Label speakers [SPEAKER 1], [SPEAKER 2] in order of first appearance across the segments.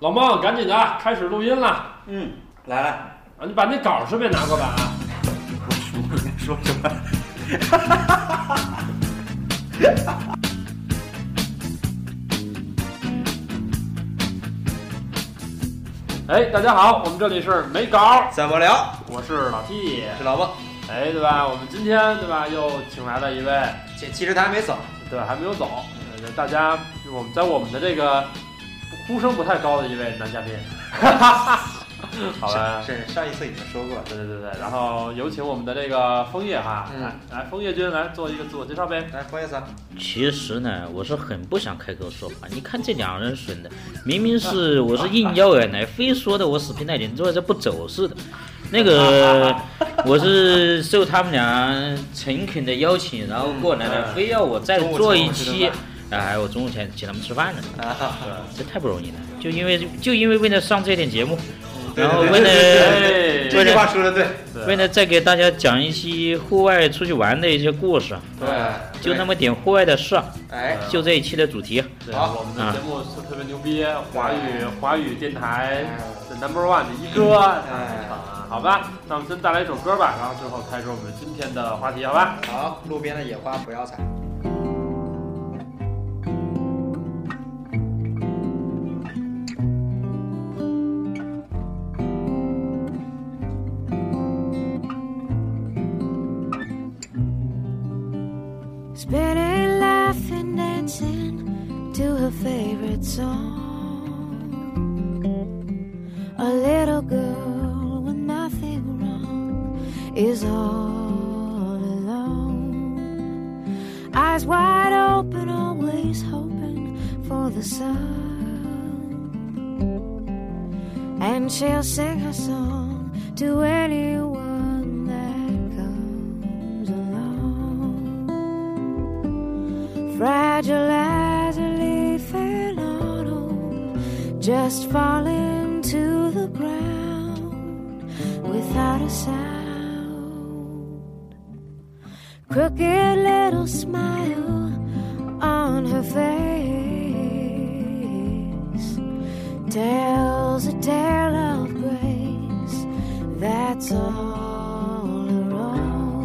[SPEAKER 1] 老孟，赶紧的啊，开始录音了
[SPEAKER 2] 嗯，来来，
[SPEAKER 1] 啊！你把那稿儿顺便拿过来啊。
[SPEAKER 2] 我什么应该说什么？
[SPEAKER 1] 哎，大家好，我们这里是没稿儿，
[SPEAKER 2] 怎么聊？
[SPEAKER 1] 我是老 T。
[SPEAKER 2] 是老孟，
[SPEAKER 1] 哎，对吧？我们今天对吧又请来了一位，
[SPEAKER 2] 其其实他还没走，
[SPEAKER 1] 对，还没有走。呃大家，我们在我们的这个呼声不太高的一位男嘉宾。 好吧。
[SPEAKER 2] 是上一次已经说过了。
[SPEAKER 1] 对对对对，然后有请我们的这个枫叶哈，
[SPEAKER 2] 嗯
[SPEAKER 1] 来来，枫叶君来做一个自我介绍呗。
[SPEAKER 2] 来，不好意思啊，
[SPEAKER 3] 其实呢，我是很不想开口说话。你看这两人损的，明明是我是应邀而来，非说的我死皮赖脸，坐在这不走似的。那个，我是受他们俩诚恳的邀请，然后过来
[SPEAKER 1] 嗯
[SPEAKER 3] 的，非要我再
[SPEAKER 2] 中午
[SPEAKER 3] 做一
[SPEAKER 2] 请我
[SPEAKER 3] 期
[SPEAKER 2] 们吃顿。
[SPEAKER 3] 哎，我中午才请他们吃饭呢，
[SPEAKER 2] 啊，
[SPEAKER 3] 这太不容易了。就因为
[SPEAKER 2] 嗯
[SPEAKER 3] 就因为为了上这点节目，
[SPEAKER 2] 对
[SPEAKER 3] 然后
[SPEAKER 2] 对
[SPEAKER 3] 为了
[SPEAKER 1] 对
[SPEAKER 2] 这句话说的对，
[SPEAKER 1] 哎对
[SPEAKER 3] 为了再给大家讲一期户外出去玩的一些故事，
[SPEAKER 2] 对
[SPEAKER 3] 就那么点户外的事儿，
[SPEAKER 2] 哎，
[SPEAKER 3] 就这一期的主题。
[SPEAKER 1] 对，
[SPEAKER 2] 好
[SPEAKER 1] 我们的
[SPEAKER 3] 嗯
[SPEAKER 1] 节目是特别牛逼，华语华语电台
[SPEAKER 2] 嗯
[SPEAKER 1] 的 number one 的一哥，
[SPEAKER 2] 哎
[SPEAKER 1] 啊好吧，那我们先带来一首歌吧，然后最后开始我们今天的话题，好吧？
[SPEAKER 2] 好，路边的野花不要采。
[SPEAKER 4] Spinning, laughing, dancing to her favorite song. A little girl with nothing wrong is all alone. Eyes wide open, always hoping for the sun. And she'll sing her song to anyone that comes along fragile as a leaf in autumn, just falling to the ground without a sound. Crooked little smile on her face tells a tale of grace that's all around.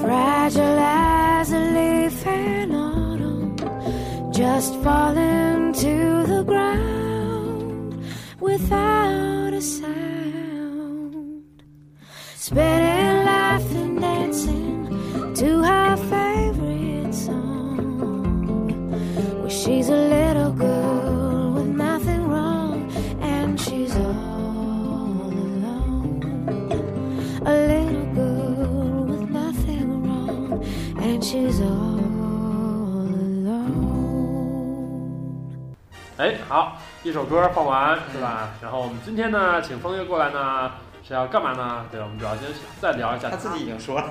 [SPEAKER 4] fragile as a leaf in autumn, just falling to the ground without a sound. Spinning, laughing, dancing to her favorite song. Well, she's a little girl with nothing wrong, and she's all alone a little girl with nothing wrong, and she's all alone.
[SPEAKER 1] 哎，好，一首歌放完是吧？
[SPEAKER 2] 嗯
[SPEAKER 1] 然后我们今天呢，请枫叶过来呢是要干嘛呢？对，我们主要先再聊一下
[SPEAKER 2] 他自己已经说了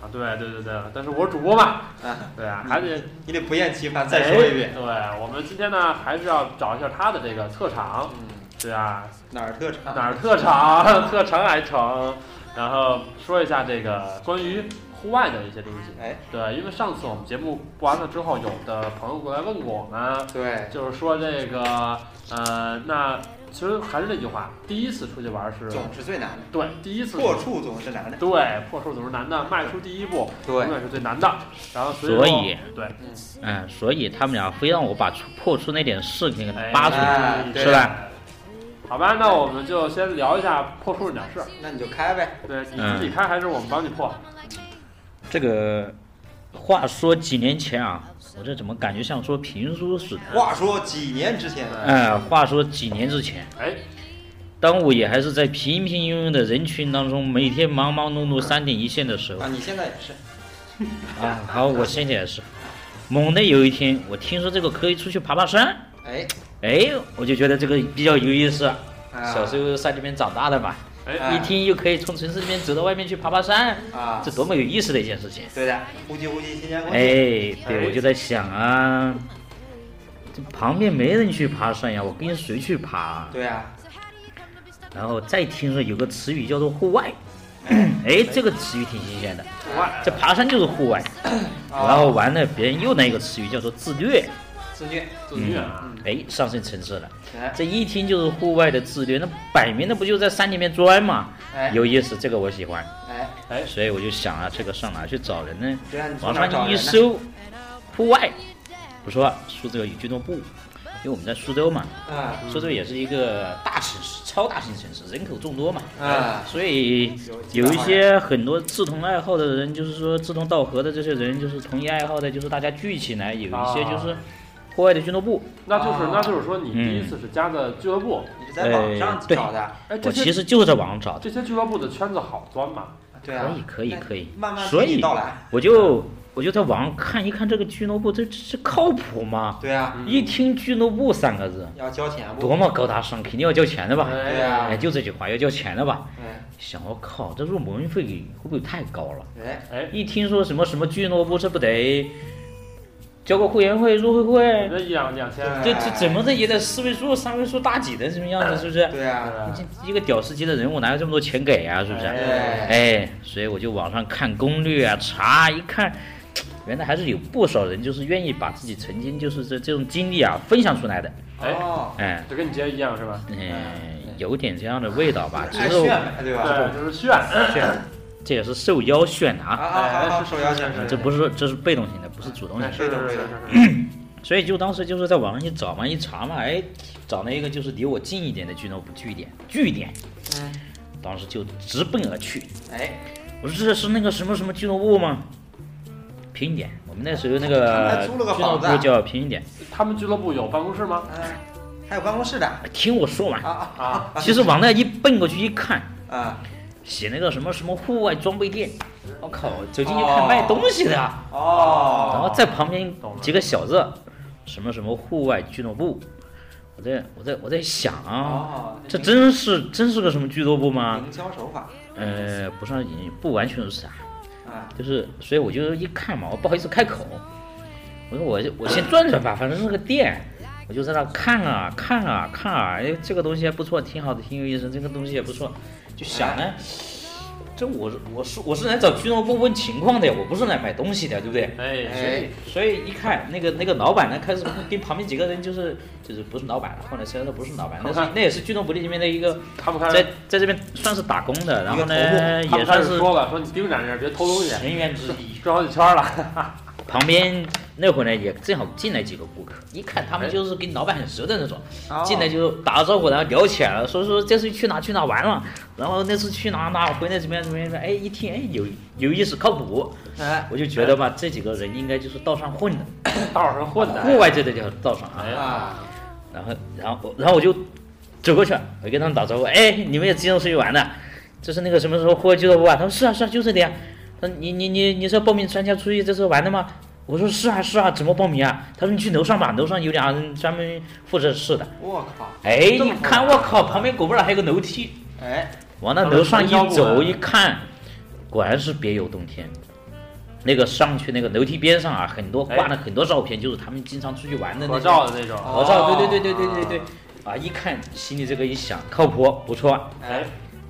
[SPEAKER 1] 啊，对对对对，但是我是主播嘛，
[SPEAKER 2] 啊，
[SPEAKER 1] 对啊，还得
[SPEAKER 2] 你得不厌其烦再说一遍。
[SPEAKER 1] 哎对我们今天呢，还是要找一下他的这个特长，
[SPEAKER 2] 嗯，
[SPEAKER 1] 对啊，
[SPEAKER 2] 哪儿特长？
[SPEAKER 1] 哪儿特长， 特长还成，然后说一下这个关于户外的一些东西。
[SPEAKER 2] 哎，
[SPEAKER 1] 对，因为上次我们节目播完了之后，有的朋友过来问过我们，
[SPEAKER 2] 对，
[SPEAKER 1] 就是说这个，呃，那其实还是那句话，第一次出去玩是，
[SPEAKER 2] 总是最难的，
[SPEAKER 1] 对，第一次
[SPEAKER 2] 破处总是难的。
[SPEAKER 1] 对，破处总是难的，迈出第一步永
[SPEAKER 2] 对，
[SPEAKER 1] 远是最难的。然后所以
[SPEAKER 3] 所
[SPEAKER 1] 说
[SPEAKER 3] 以
[SPEAKER 1] 对，
[SPEAKER 3] 嗯，所以他们俩非让我把出破出那点事情给
[SPEAKER 1] 哎
[SPEAKER 3] 扒出来。
[SPEAKER 2] 哎对
[SPEAKER 3] 是吧？
[SPEAKER 1] 好吧，那我们就先聊一下破处那点事儿。
[SPEAKER 2] 那你就开呗。
[SPEAKER 1] 对，你
[SPEAKER 3] 嗯
[SPEAKER 1] 自己开还是我们帮你破？
[SPEAKER 3] 这个话说几年前啊，我这怎么感觉像说评书似的？
[SPEAKER 2] 话说几年之前，
[SPEAKER 3] 哎、话说几年之前，
[SPEAKER 1] 哎，
[SPEAKER 3] 当我也还是在平平庸庸的人群当中，每天忙忙碌碌、三点一线的时候
[SPEAKER 2] 啊，你现在也是，
[SPEAKER 3] 啊，好，我现在也是，猛地有一天，我听说这个可以出去爬爬山，
[SPEAKER 2] 哎，
[SPEAKER 3] 哎，我就觉得这个比较有意思。
[SPEAKER 2] 啊
[SPEAKER 3] 小时候山里面长大的嘛，
[SPEAKER 1] 哎，
[SPEAKER 3] 一听又可以从城市里面走到外面去爬爬山，
[SPEAKER 2] 啊
[SPEAKER 3] 这多么有意思的一件事情！
[SPEAKER 2] 对的，呼吸呼吸新鲜空气。
[SPEAKER 3] 哎，
[SPEAKER 1] 哎
[SPEAKER 3] 对，我就在想啊，这旁边没人去爬山呀，我跟谁去爬啊？
[SPEAKER 2] 对啊，
[SPEAKER 3] 然后再听说有个词语叫做户外，哎，这个词语挺新鲜的，
[SPEAKER 1] 户外
[SPEAKER 3] 这爬山就是户外。然后完了，别人又来一个词语叫做自虐，
[SPEAKER 2] 自虐，嗯
[SPEAKER 1] 自虐啊，
[SPEAKER 3] 哎，上升层次了。
[SPEAKER 2] 哎
[SPEAKER 3] 这一听就是户外的自虐，那摆明的不就在山里面钻嘛？
[SPEAKER 2] 哎
[SPEAKER 3] 有意思，这个我喜欢，
[SPEAKER 2] 哎，
[SPEAKER 1] 哎，
[SPEAKER 3] 所以我就想啊，这个上哪去找人呢？
[SPEAKER 2] 对啊，你从
[SPEAKER 3] 网
[SPEAKER 2] 哪儿找
[SPEAKER 3] 上一
[SPEAKER 2] 人呢？
[SPEAKER 3] 搜，户外，我说苏州有俱乐部，因为我们在苏州嘛，
[SPEAKER 2] 啊
[SPEAKER 3] 苏州也是一个大城市，超大型城市，人口众多嘛，
[SPEAKER 2] 啊，
[SPEAKER 3] 所以
[SPEAKER 2] 有
[SPEAKER 3] 有一些很多志同爱好的人，就是说志同道合的这些人，就是同一爱好的，就是大家聚起来，有一些就是户外的俱乐部。
[SPEAKER 1] 那就是
[SPEAKER 2] 啊
[SPEAKER 1] 那就是说你第一次是加的俱乐部，
[SPEAKER 2] 你是在网上
[SPEAKER 3] 哎对
[SPEAKER 2] 找的，
[SPEAKER 1] 哎，
[SPEAKER 3] 我
[SPEAKER 1] 这
[SPEAKER 3] 其
[SPEAKER 1] 些
[SPEAKER 3] 实就是在网上找的。
[SPEAKER 1] 这些俱乐部的圈子好钻嘛，
[SPEAKER 2] 对啊，
[SPEAKER 3] 可以可以
[SPEAKER 2] 那
[SPEAKER 3] 可以
[SPEAKER 2] 慢慢
[SPEAKER 3] 所
[SPEAKER 2] 自己
[SPEAKER 3] 以
[SPEAKER 2] 到来，
[SPEAKER 3] 我就我就在网上看一看这个俱乐部，这这这靠谱吗？
[SPEAKER 2] 对啊，
[SPEAKER 1] 嗯
[SPEAKER 3] 一听俱乐部三个字，
[SPEAKER 2] 要交钱啊不？
[SPEAKER 3] 多么高大上，肯定要交钱的吧？
[SPEAKER 2] 对
[SPEAKER 1] 哎，
[SPEAKER 2] 啊
[SPEAKER 3] 哎，，就这句话，要交钱的吧？
[SPEAKER 2] 哎
[SPEAKER 3] 想我靠，这入门费会不会太高了？
[SPEAKER 2] 哎，
[SPEAKER 1] 哎，
[SPEAKER 3] 一听说什么什么俱乐部，这不得交个会员费、入会费？
[SPEAKER 1] 这一两两千，
[SPEAKER 2] 对
[SPEAKER 3] 这这怎么的也得四位数、三位数大几的什么样子，是不是？
[SPEAKER 2] 对啊，
[SPEAKER 3] 一个屌丝级的人物哪有这么多钱给啊？是不是？
[SPEAKER 1] 哎
[SPEAKER 3] 哎，所以我就网上看攻略啊，查一看，原来还是有不少人就是愿意把自己曾经就是这这种经历啊分享出来的，
[SPEAKER 1] 哎，
[SPEAKER 2] 哦，
[SPEAKER 3] 哎，
[SPEAKER 1] 这跟你这一样是吧？
[SPEAKER 3] 嗯、有点这样的味道吧，只
[SPEAKER 2] 爱炫
[SPEAKER 3] 是我
[SPEAKER 2] 呗，对吧？
[SPEAKER 3] 哎
[SPEAKER 1] 对，就是炫，
[SPEAKER 3] 炫，这也是受邀炫的
[SPEAKER 2] 啊
[SPEAKER 3] 啊，
[SPEAKER 2] 啊，好好好，受邀请，
[SPEAKER 3] 这不是这是被动型的，不是主动型
[SPEAKER 1] 哎
[SPEAKER 3] 的，
[SPEAKER 1] 是是是是是，
[SPEAKER 3] 所以就当时就是在网上去找嘛，一查嘛，哎，找了一个就是离我近一点的俱乐部据点，据点，
[SPEAKER 2] 嗯，
[SPEAKER 3] 当时就直奔而去，
[SPEAKER 2] 哎，
[SPEAKER 3] 我说这是那个什么什么俱乐部吗？平顶，我们那时候那
[SPEAKER 2] 他
[SPEAKER 3] 个
[SPEAKER 2] 还租了个
[SPEAKER 3] 俱乐
[SPEAKER 2] 房子啊
[SPEAKER 3] 部叫平顶。
[SPEAKER 1] 他们俱乐部有办公室吗？
[SPEAKER 2] 嗯，还有办公室的，
[SPEAKER 3] 听我说完，
[SPEAKER 2] 啊
[SPEAKER 1] 啊，
[SPEAKER 3] 其实往那一奔过去一看，
[SPEAKER 2] 啊啊，
[SPEAKER 3] 写那个什么什么户外装备店，我靠，走进去
[SPEAKER 2] 哦
[SPEAKER 3] 看卖东西的啊，
[SPEAKER 2] 哦，
[SPEAKER 3] 然后在旁边
[SPEAKER 1] 懂了
[SPEAKER 3] 几个小字，什么什么户外俱乐部，我在我在我在想啊，
[SPEAKER 2] 哦，
[SPEAKER 3] 这真啊是真是个什么俱乐部吗？
[SPEAKER 2] 营销手法，
[SPEAKER 3] 呃，不算不完全是啊，
[SPEAKER 2] 啊，
[SPEAKER 3] 就是，所以我就一看嘛，我不好意思开口，我说我就我先转转吧，反正是个店，我就在那看啊看啊看啊，哎，这个东西还不错，挺好的，挺有意思，这个东西也不错，就想呢，这我是我是我是来找俱乐部问情况的呀，我不是来买东西的，对不对？
[SPEAKER 1] 哎，
[SPEAKER 2] 哎，
[SPEAKER 3] 所以一看那个那个老板呢，开始跟旁边几个人就是就是不是老板了，后来虽然说不是老板，但是那也是俱乐部里面的一个
[SPEAKER 1] 他们开
[SPEAKER 3] 在
[SPEAKER 1] 始，
[SPEAKER 3] 在这边算是打工的，然后呢
[SPEAKER 1] 他
[SPEAKER 3] 也
[SPEAKER 1] 们开
[SPEAKER 3] 算
[SPEAKER 1] 始
[SPEAKER 3] 是
[SPEAKER 1] 说了，说你盯着点，别偷东西，
[SPEAKER 3] 人员之一。
[SPEAKER 1] 转好几圈了，
[SPEAKER 3] 旁边那会儿呢，也正好进来几个顾客，一看他们就是跟老板很熟的那种，进来就打个招呼，然后聊起来了，说说这次去哪去哪玩了，然后那次去哪哪回来怎么样怎么样，哎，一听哎有有意思靠谱，
[SPEAKER 2] 哎，
[SPEAKER 3] 我就觉得吧，这几个人应该就是道上混的，
[SPEAKER 1] 道上混的，
[SPEAKER 3] 户外这个叫道上啊，
[SPEAKER 1] 哎，
[SPEAKER 2] 啊，
[SPEAKER 3] 然后然后我然后我就走过去，我跟他们打招呼，哎，你们也经常出去玩的，这是那个什么时候户外俱乐部啊？他说是啊是啊，就是的呀。他说你你你你是要报名参加出去这次玩的吗？我说是啊是啊，怎么报名啊？他说你去楼上吧，楼上有俩人专门负责事的。
[SPEAKER 2] 我靠，
[SPEAKER 3] 哎，
[SPEAKER 1] 这
[SPEAKER 3] 一
[SPEAKER 1] 么复杂
[SPEAKER 3] 看我靠，旁边果不然还有个楼梯，
[SPEAKER 2] 哎，
[SPEAKER 3] 往那楼上一走一看，果然是别有洞天。那个上去那个楼梯边上啊，很多挂了很多照片，就是他们经常出去玩的那
[SPEAKER 1] 哎合
[SPEAKER 3] 种
[SPEAKER 1] 照的那种，
[SPEAKER 3] 合照，对对对对对对对，啊，一看心里这个一想，靠谱，不错，
[SPEAKER 1] 哎，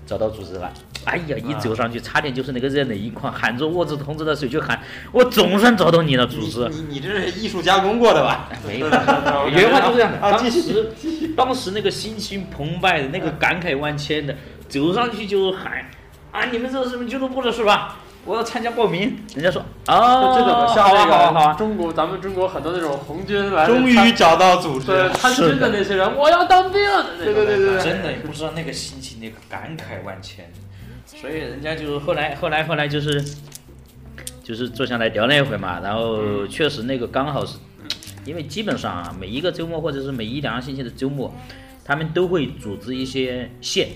[SPEAKER 3] 找到组织了。哎呀，一走上去，差点就是那个热泪盈眶，喊着握着同志的手就喊，我总算找到你了，组
[SPEAKER 2] 你
[SPEAKER 3] 织。
[SPEAKER 2] 你你这是艺术加工过的吧？
[SPEAKER 3] 哎没有，
[SPEAKER 1] 我
[SPEAKER 3] 嗯 原话就这样的。
[SPEAKER 2] 啊
[SPEAKER 3] 当
[SPEAKER 2] 继续
[SPEAKER 3] 时当时那个心情澎湃的，那个感慨万千的，走上去就喊啊，你们这是什么俱乐部的是吧？我要参加报名。人家说啊，
[SPEAKER 1] 这怎么像
[SPEAKER 3] 好啊
[SPEAKER 1] 那
[SPEAKER 3] 好啊好
[SPEAKER 1] 个
[SPEAKER 3] 啊，
[SPEAKER 1] 中国咱们中国很多那种红军来
[SPEAKER 2] 终于找到组织
[SPEAKER 1] 对
[SPEAKER 2] 了，
[SPEAKER 1] 参军的那些人，我要当兵的那种，
[SPEAKER 2] 对对对对
[SPEAKER 3] 真的你不知道那个心情，那个感慨万千。所以人家就是后来后来后来就是就是坐下来聊那一会嘛，然后确实那个刚好是，因为基本上啊每一个周末或者是每一两个星期的周末，他们都会组织一些线，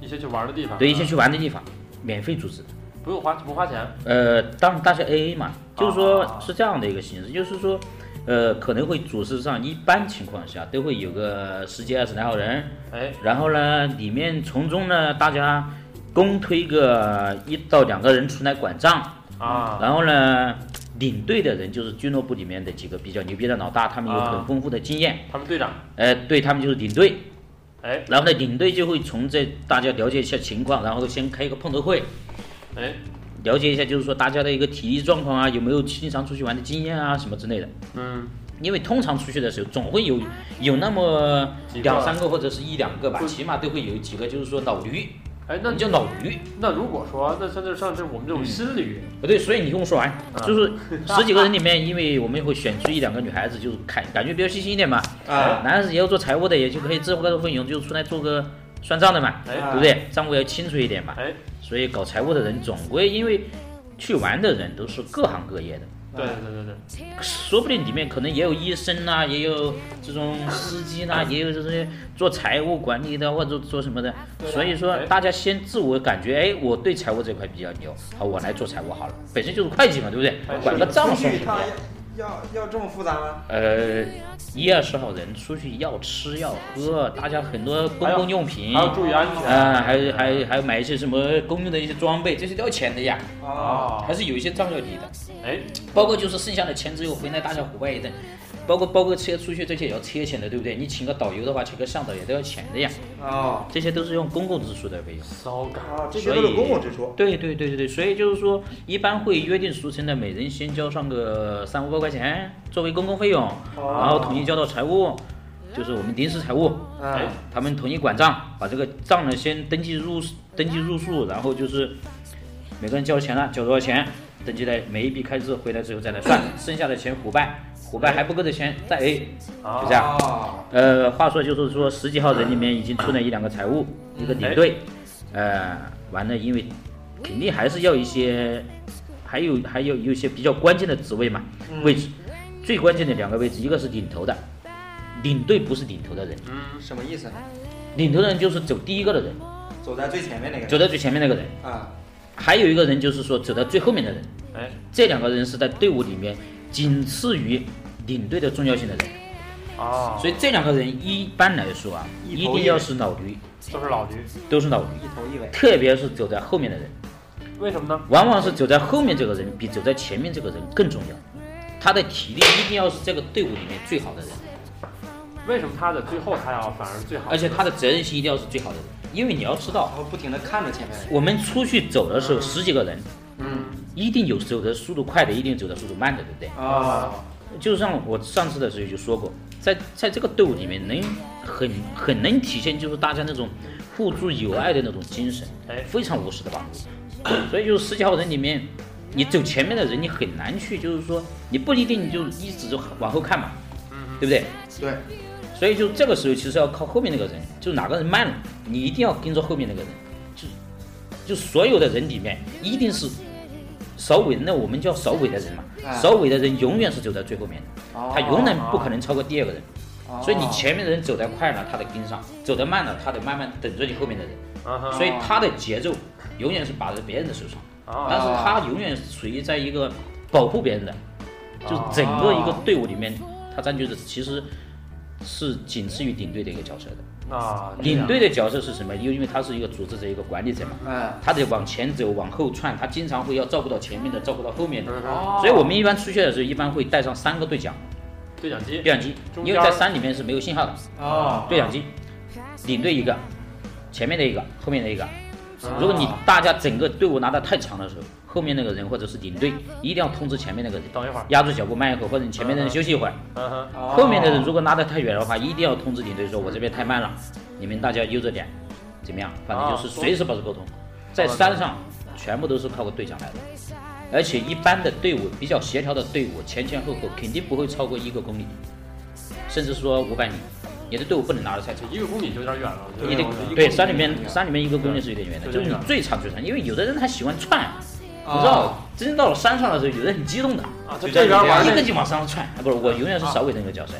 [SPEAKER 1] 一些去玩的地方，
[SPEAKER 3] 对一些去玩的地方，免费组织。
[SPEAKER 1] 不用花不花钱，
[SPEAKER 3] 呃，当然大家 AA 嘛，就是说
[SPEAKER 1] 啊
[SPEAKER 3] 是这样的一个形式，就是说，呃，可能会组织上一般情况下都会有个十几二十来号人，
[SPEAKER 1] 哎，
[SPEAKER 3] 然后呢，里面从中呢，大家公推个一到两个人出来管账，
[SPEAKER 1] 啊，
[SPEAKER 3] 然后呢，领队的人就是俱乐部里面的几个比较牛逼的老大，他们有
[SPEAKER 1] 啊
[SPEAKER 3] 很丰富的经验，
[SPEAKER 1] 他们队长，
[SPEAKER 3] 呃，对他们就是领队，
[SPEAKER 1] 哎
[SPEAKER 3] 然后呢，领队就会从这大家了解一下情况，然后先开一个碰头会，
[SPEAKER 1] 哎，
[SPEAKER 3] 了解一下就是说大家的一个体力状况啊，有没有经常出去玩的经验啊什么之类的。
[SPEAKER 1] 嗯，
[SPEAKER 3] 因为通常出去的时候，总会有有那么
[SPEAKER 1] 几个
[SPEAKER 3] 两三个或者是一两个吧，
[SPEAKER 1] 会
[SPEAKER 3] 起码都会有几个，就是说老驴，
[SPEAKER 1] 哎，
[SPEAKER 3] 那
[SPEAKER 1] 那
[SPEAKER 3] 叫老驴。
[SPEAKER 1] 那如果说那像这像这我们这
[SPEAKER 3] 嗯
[SPEAKER 1] 种新旅，
[SPEAKER 3] 不对，所以你听我说完，就是十几个人里面，因为我们会选出一两个女孩子，就是感感觉比较细心一点嘛。
[SPEAKER 2] 啊
[SPEAKER 3] 男孩子也要做财务的，也就可以自告奋勇，就出来做个算账的嘛，
[SPEAKER 1] 哎
[SPEAKER 2] 啊
[SPEAKER 3] 对不对？账务要清楚一点嘛。
[SPEAKER 1] 哎，
[SPEAKER 3] 所以搞财务的人总归因为去玩的人都是各行各业的，
[SPEAKER 1] 对
[SPEAKER 3] 嗯
[SPEAKER 1] 对对对对，
[SPEAKER 3] 说不定里面可能也有医生呐、也有这种司机呐、也有这些做财务管理的或者做什么的。所以说
[SPEAKER 1] 哎，
[SPEAKER 3] 大家先自我感觉，哎，我对财务这块比较牛，好，我来做财务好了。本身就是会计嘛，对不
[SPEAKER 1] 哎
[SPEAKER 3] 对？
[SPEAKER 1] 是
[SPEAKER 3] 管个账
[SPEAKER 2] 出
[SPEAKER 3] 算
[SPEAKER 2] 去一
[SPEAKER 3] 什
[SPEAKER 2] 趟
[SPEAKER 3] 么
[SPEAKER 2] 要
[SPEAKER 3] 呀？
[SPEAKER 2] 要要这么复杂吗？
[SPEAKER 3] 呃，一二十号人出去要吃要喝，大家很多公共用品。
[SPEAKER 1] 还要注意安全
[SPEAKER 3] 啊，嗯还有还有还有买一些什么公用的一些装备，这些都要钱的呀，
[SPEAKER 2] 哦，
[SPEAKER 1] 啊
[SPEAKER 3] 还，是有一些账要理的。
[SPEAKER 1] 哎，
[SPEAKER 3] 包括就是剩下的钱之后回来大家伙伴一顿，包括包括车出去这些也要贴钱的，对不对？你请个导游的话，请个向导也都要钱的呀，
[SPEAKER 2] 哦，
[SPEAKER 3] 这些都是用公共支出的费用。
[SPEAKER 1] 骚感，
[SPEAKER 2] 啊，这些都是公共支出。
[SPEAKER 3] 对对对对对，所以就是说，一般会约定俗成的，每人先交上个三五百块钱作为公共费用，然后统一交到财务，就是我们临时财务，
[SPEAKER 1] 哎
[SPEAKER 2] 嗯，
[SPEAKER 3] 他们统一管账，把这个账呢先登记入登记入数，然后就是每个人交钱了，交多少钱，登记在每一笔开支回来之后再来算，剩下的钱伙伴伙伴还不够的钱再 A，
[SPEAKER 1] 啊
[SPEAKER 3] 就这样。
[SPEAKER 2] 哦，
[SPEAKER 3] 呃，话说就是说十几号人里面已经出了一两个财务，一个领队，呃，完了因为肯定还是要一些，还有还有有一些比较关键的职位嘛，位置，最关键的两个位置，一个是领头的，领队不是领头的人。
[SPEAKER 1] 嗯
[SPEAKER 2] 什么意思？
[SPEAKER 3] 领头的人就是走第一个的人，
[SPEAKER 2] 走在最前面那个
[SPEAKER 3] 走
[SPEAKER 2] 人
[SPEAKER 3] 在最前面那个人，
[SPEAKER 2] 啊，
[SPEAKER 3] 还有一个人就是说走在最后面的人。
[SPEAKER 1] 哎，
[SPEAKER 3] 这两个人是在队伍里面仅次于领队的重要性的人，
[SPEAKER 1] 啊，
[SPEAKER 3] 所以这两个人一般来说啊，
[SPEAKER 2] 一
[SPEAKER 3] 一
[SPEAKER 2] 头一尾
[SPEAKER 3] 定要是老驴，
[SPEAKER 1] 都是老驴，
[SPEAKER 3] 都是老驴，
[SPEAKER 2] 一头一尾。
[SPEAKER 3] 特别是走在后面的人，
[SPEAKER 1] 为什么呢？
[SPEAKER 3] 往往是走在后面这个人比走在前面这个人更重要，他的体力一定要是这个队伍里面最好的人，
[SPEAKER 1] 为什么他的最后他要反而是最好的？
[SPEAKER 3] 而且他的责任心一定要是最好的人，因为你要知道
[SPEAKER 2] 然，后不停的看着前面的人。
[SPEAKER 3] 我们出去走的时候十几个人，
[SPEAKER 2] 嗯，
[SPEAKER 3] 一定有走的速度快的，一定有走的速度慢的，对不对？
[SPEAKER 1] 啊
[SPEAKER 2] 哦，
[SPEAKER 3] 就像我上次的时候就说过，在在这个队伍里面能很很能体现就是大家那种互助友爱的那种精神，
[SPEAKER 1] 哎
[SPEAKER 3] 非常无私的帮助。所以就是十几号人里面，你走前面的人你很难去，就是说你不一定就一直就往后看嘛，对不对？
[SPEAKER 2] 对，
[SPEAKER 3] 所以就这个时候其实要靠后面那个人，就是哪个人慢了，你一定要跟着后面那个人，就就所有的人里面一定是首尾，那我们叫首尾的人嘛
[SPEAKER 2] 啊，
[SPEAKER 3] 首尾的人永远是走在最后面的。
[SPEAKER 2] 哦
[SPEAKER 3] 他永远不可能超过第二个人，
[SPEAKER 2] 哦
[SPEAKER 3] 所以你前面的人走得快了，他得跟上；走得慢了，他得慢慢等着你后面的人。
[SPEAKER 1] 啊哈，
[SPEAKER 3] 所以他的节奏永远是把在别人的手上，
[SPEAKER 1] 啊
[SPEAKER 3] 但是他永远处于在一个保护别
[SPEAKER 1] 哦
[SPEAKER 3] 人的，就是整个一个队伍里面，他占据的其实是仅次于领队的一个角色的。
[SPEAKER 1] 啊，这
[SPEAKER 3] 领
[SPEAKER 1] 样
[SPEAKER 3] 队的角色是什么？因为因为他是一个组织者、一个管理者嘛，
[SPEAKER 2] 嗯，
[SPEAKER 3] 他得往前走、往后窜，他经常会要照顾到前面的，照顾到后面的。
[SPEAKER 1] 哦
[SPEAKER 3] 所以我们一般出去的时候，一般会带上三个对讲。
[SPEAKER 1] 对讲机，
[SPEAKER 3] 对讲机，
[SPEAKER 1] 中
[SPEAKER 3] 因
[SPEAKER 1] 间
[SPEAKER 3] 为在山里面是没有信号的。
[SPEAKER 2] 哦，
[SPEAKER 3] 啊对讲机，领队一个，前面的一个，后面的一个。
[SPEAKER 1] 啊
[SPEAKER 3] 如果你大家整个队伍拿的太长的时候，后面那个人或者是领队一定要通知前面那个人，
[SPEAKER 1] 等一会儿，
[SPEAKER 3] 压住脚步慢一会儿，或者你前面的人休息一会儿。
[SPEAKER 1] 嗯哼，
[SPEAKER 2] 哦
[SPEAKER 3] 后面的人如果拉得太远的话，一定要通知领队说：“我这边太慢了，你们大家悠着点，怎么样？”反正就是随时保持沟通。在山上，全部都是靠个队长来的，而且一般的队伍比较协调的队伍，前前后后肯定不会超过一个公里，甚至说五百米。你的队伍不能拿得太长，
[SPEAKER 1] 一个公里就有点远了，我觉
[SPEAKER 3] 你
[SPEAKER 1] 得
[SPEAKER 3] 得
[SPEAKER 1] 我觉得一个
[SPEAKER 3] 对
[SPEAKER 2] 公里
[SPEAKER 3] 山里
[SPEAKER 2] 有
[SPEAKER 3] 面
[SPEAKER 2] 点远
[SPEAKER 3] 山里面一个公里是有点远的，
[SPEAKER 1] 对
[SPEAKER 3] 就是你
[SPEAKER 1] 有点
[SPEAKER 3] 最长最长，因为有的人他喜欢窜，你知道
[SPEAKER 2] 哦，，
[SPEAKER 3] 真正到了山上的时候，有的人很激动的，
[SPEAKER 1] 啊，就这边玩
[SPEAKER 3] 一
[SPEAKER 1] 那
[SPEAKER 3] 个啊就往山上窜。啊，不是，我永远是少尾的那个角色。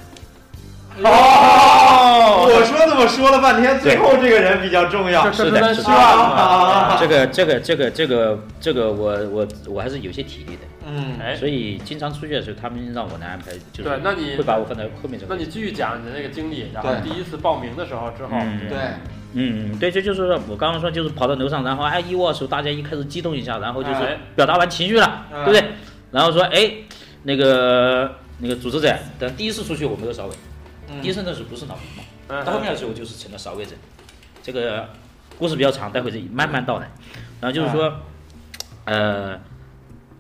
[SPEAKER 2] 哦，我说怎么说了半天，
[SPEAKER 3] 对
[SPEAKER 2] 最后这个人比较重要
[SPEAKER 1] 这。这
[SPEAKER 3] 是
[SPEAKER 1] 是
[SPEAKER 3] 的
[SPEAKER 1] 咱
[SPEAKER 3] 是
[SPEAKER 1] 希
[SPEAKER 3] 的
[SPEAKER 1] 望啊。
[SPEAKER 3] 这个这个这个这个这个我我我还是有些体力的，
[SPEAKER 2] 嗯，
[SPEAKER 1] 哎，
[SPEAKER 3] 所以经常出去的时候，他们让我来安排，就是
[SPEAKER 1] 对那你
[SPEAKER 3] 会把我放在后面这个
[SPEAKER 1] 那
[SPEAKER 3] 位置。
[SPEAKER 1] 你继续讲你的那个经历，然后
[SPEAKER 2] 对
[SPEAKER 1] 第一次报名的时候之后，
[SPEAKER 3] 嗯
[SPEAKER 2] 对，
[SPEAKER 3] 嗯，对，这就是我刚刚说，就是跑到楼上，然后哎一握手，大家一开始激动一下，然后就是
[SPEAKER 1] 哎
[SPEAKER 3] 表达完情绪了，
[SPEAKER 2] 嗯
[SPEAKER 3] 对不对？然后说哎，那个那个主持者，等第一次出去我没有扫尾，
[SPEAKER 2] 嗯
[SPEAKER 3] 第一次那时候不是脑门嘛，
[SPEAKER 1] 嗯
[SPEAKER 3] 到后面的时候我就是成了扫尾者。这个故事比较长，待会儿再慢慢道来。然后就是说，
[SPEAKER 2] 嗯
[SPEAKER 3] 呃，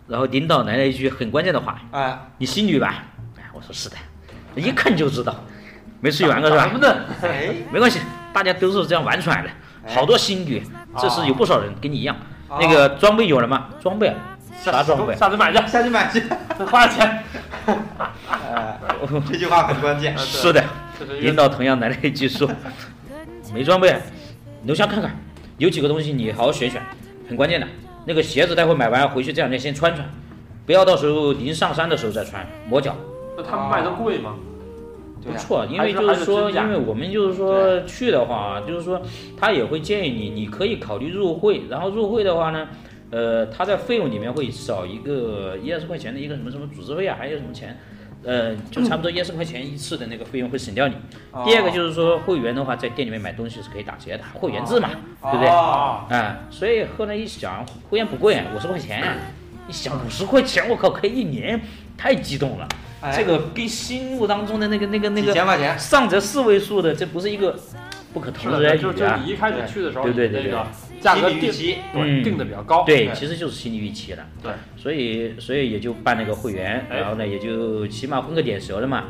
[SPEAKER 3] 然后领导来了一句很关键的话
[SPEAKER 2] 哎，：“
[SPEAKER 3] 你新女吧？”哎，我说是的，一看就知道，没出去玩过是吧？
[SPEAKER 1] 咱们的
[SPEAKER 2] 哎，
[SPEAKER 3] 没关系，大家都是这样玩出来的，
[SPEAKER 2] 哎
[SPEAKER 3] 好多新女，这是有不少人跟你一样。
[SPEAKER 2] 哦
[SPEAKER 3] 那个装备有了吗？装备啊，啥装备？
[SPEAKER 1] 下次买去，
[SPEAKER 2] 哦下去买 去。
[SPEAKER 1] 花钱。
[SPEAKER 2] 哎，这句话很关键。
[SPEAKER 3] 是的，
[SPEAKER 1] 这是一
[SPEAKER 3] 领
[SPEAKER 1] 个
[SPEAKER 3] 导同样来了一句说，没装备，楼下看看，有几个东西你好好选选，很关键的。那个鞋子待会买完回去这两天先穿穿，不要到时候临上山的时候再穿，磨脚。
[SPEAKER 1] 那他们卖的贵吗？
[SPEAKER 2] 对
[SPEAKER 3] 不
[SPEAKER 2] 呀，
[SPEAKER 3] 错，因
[SPEAKER 1] 啊还
[SPEAKER 3] 为
[SPEAKER 1] 是
[SPEAKER 3] 就
[SPEAKER 1] 还
[SPEAKER 3] 是
[SPEAKER 1] 是
[SPEAKER 3] 说，
[SPEAKER 1] 真假
[SPEAKER 3] 因为我们就是说去的话，就是说他也会建议你，你可以考虑入会，然后入会的话呢，呃，他在费用里面会少一个一二十块钱的一个什么什么组织费啊，还有什么钱，呃，就差不多一二十块钱一次的那个费用会省掉你。
[SPEAKER 2] 哦
[SPEAKER 3] 第二个就是说会员的话，在店里面买东西是可以打折的，会员制嘛，对不对？啊、
[SPEAKER 2] 哦，
[SPEAKER 3] 所以后来一想，会员不贵，啊五十块钱、一想五十块钱，我靠，可以一年，太激动了。
[SPEAKER 2] 哎
[SPEAKER 3] 这个跟心目当中的那个那个那
[SPEAKER 2] 几
[SPEAKER 3] 个
[SPEAKER 2] 千块钱。
[SPEAKER 3] 上着四位数的，这不是一个不可
[SPEAKER 1] 是
[SPEAKER 3] 同日而
[SPEAKER 1] 的，就
[SPEAKER 3] 语
[SPEAKER 1] 就
[SPEAKER 3] 啊
[SPEAKER 1] 你。一开始去的时候，
[SPEAKER 3] 对对
[SPEAKER 1] 你那
[SPEAKER 3] 对对
[SPEAKER 1] 个价格
[SPEAKER 2] 心理预
[SPEAKER 1] 定
[SPEAKER 2] 期
[SPEAKER 1] 对
[SPEAKER 3] 嗯
[SPEAKER 1] 定的比较高。
[SPEAKER 3] 对，
[SPEAKER 2] 对
[SPEAKER 3] 其实就是心理预期了。
[SPEAKER 1] 对，
[SPEAKER 3] 所以所以也就办了个会员，
[SPEAKER 1] 哎
[SPEAKER 3] 然后呢也就起码混个脸熟了嘛。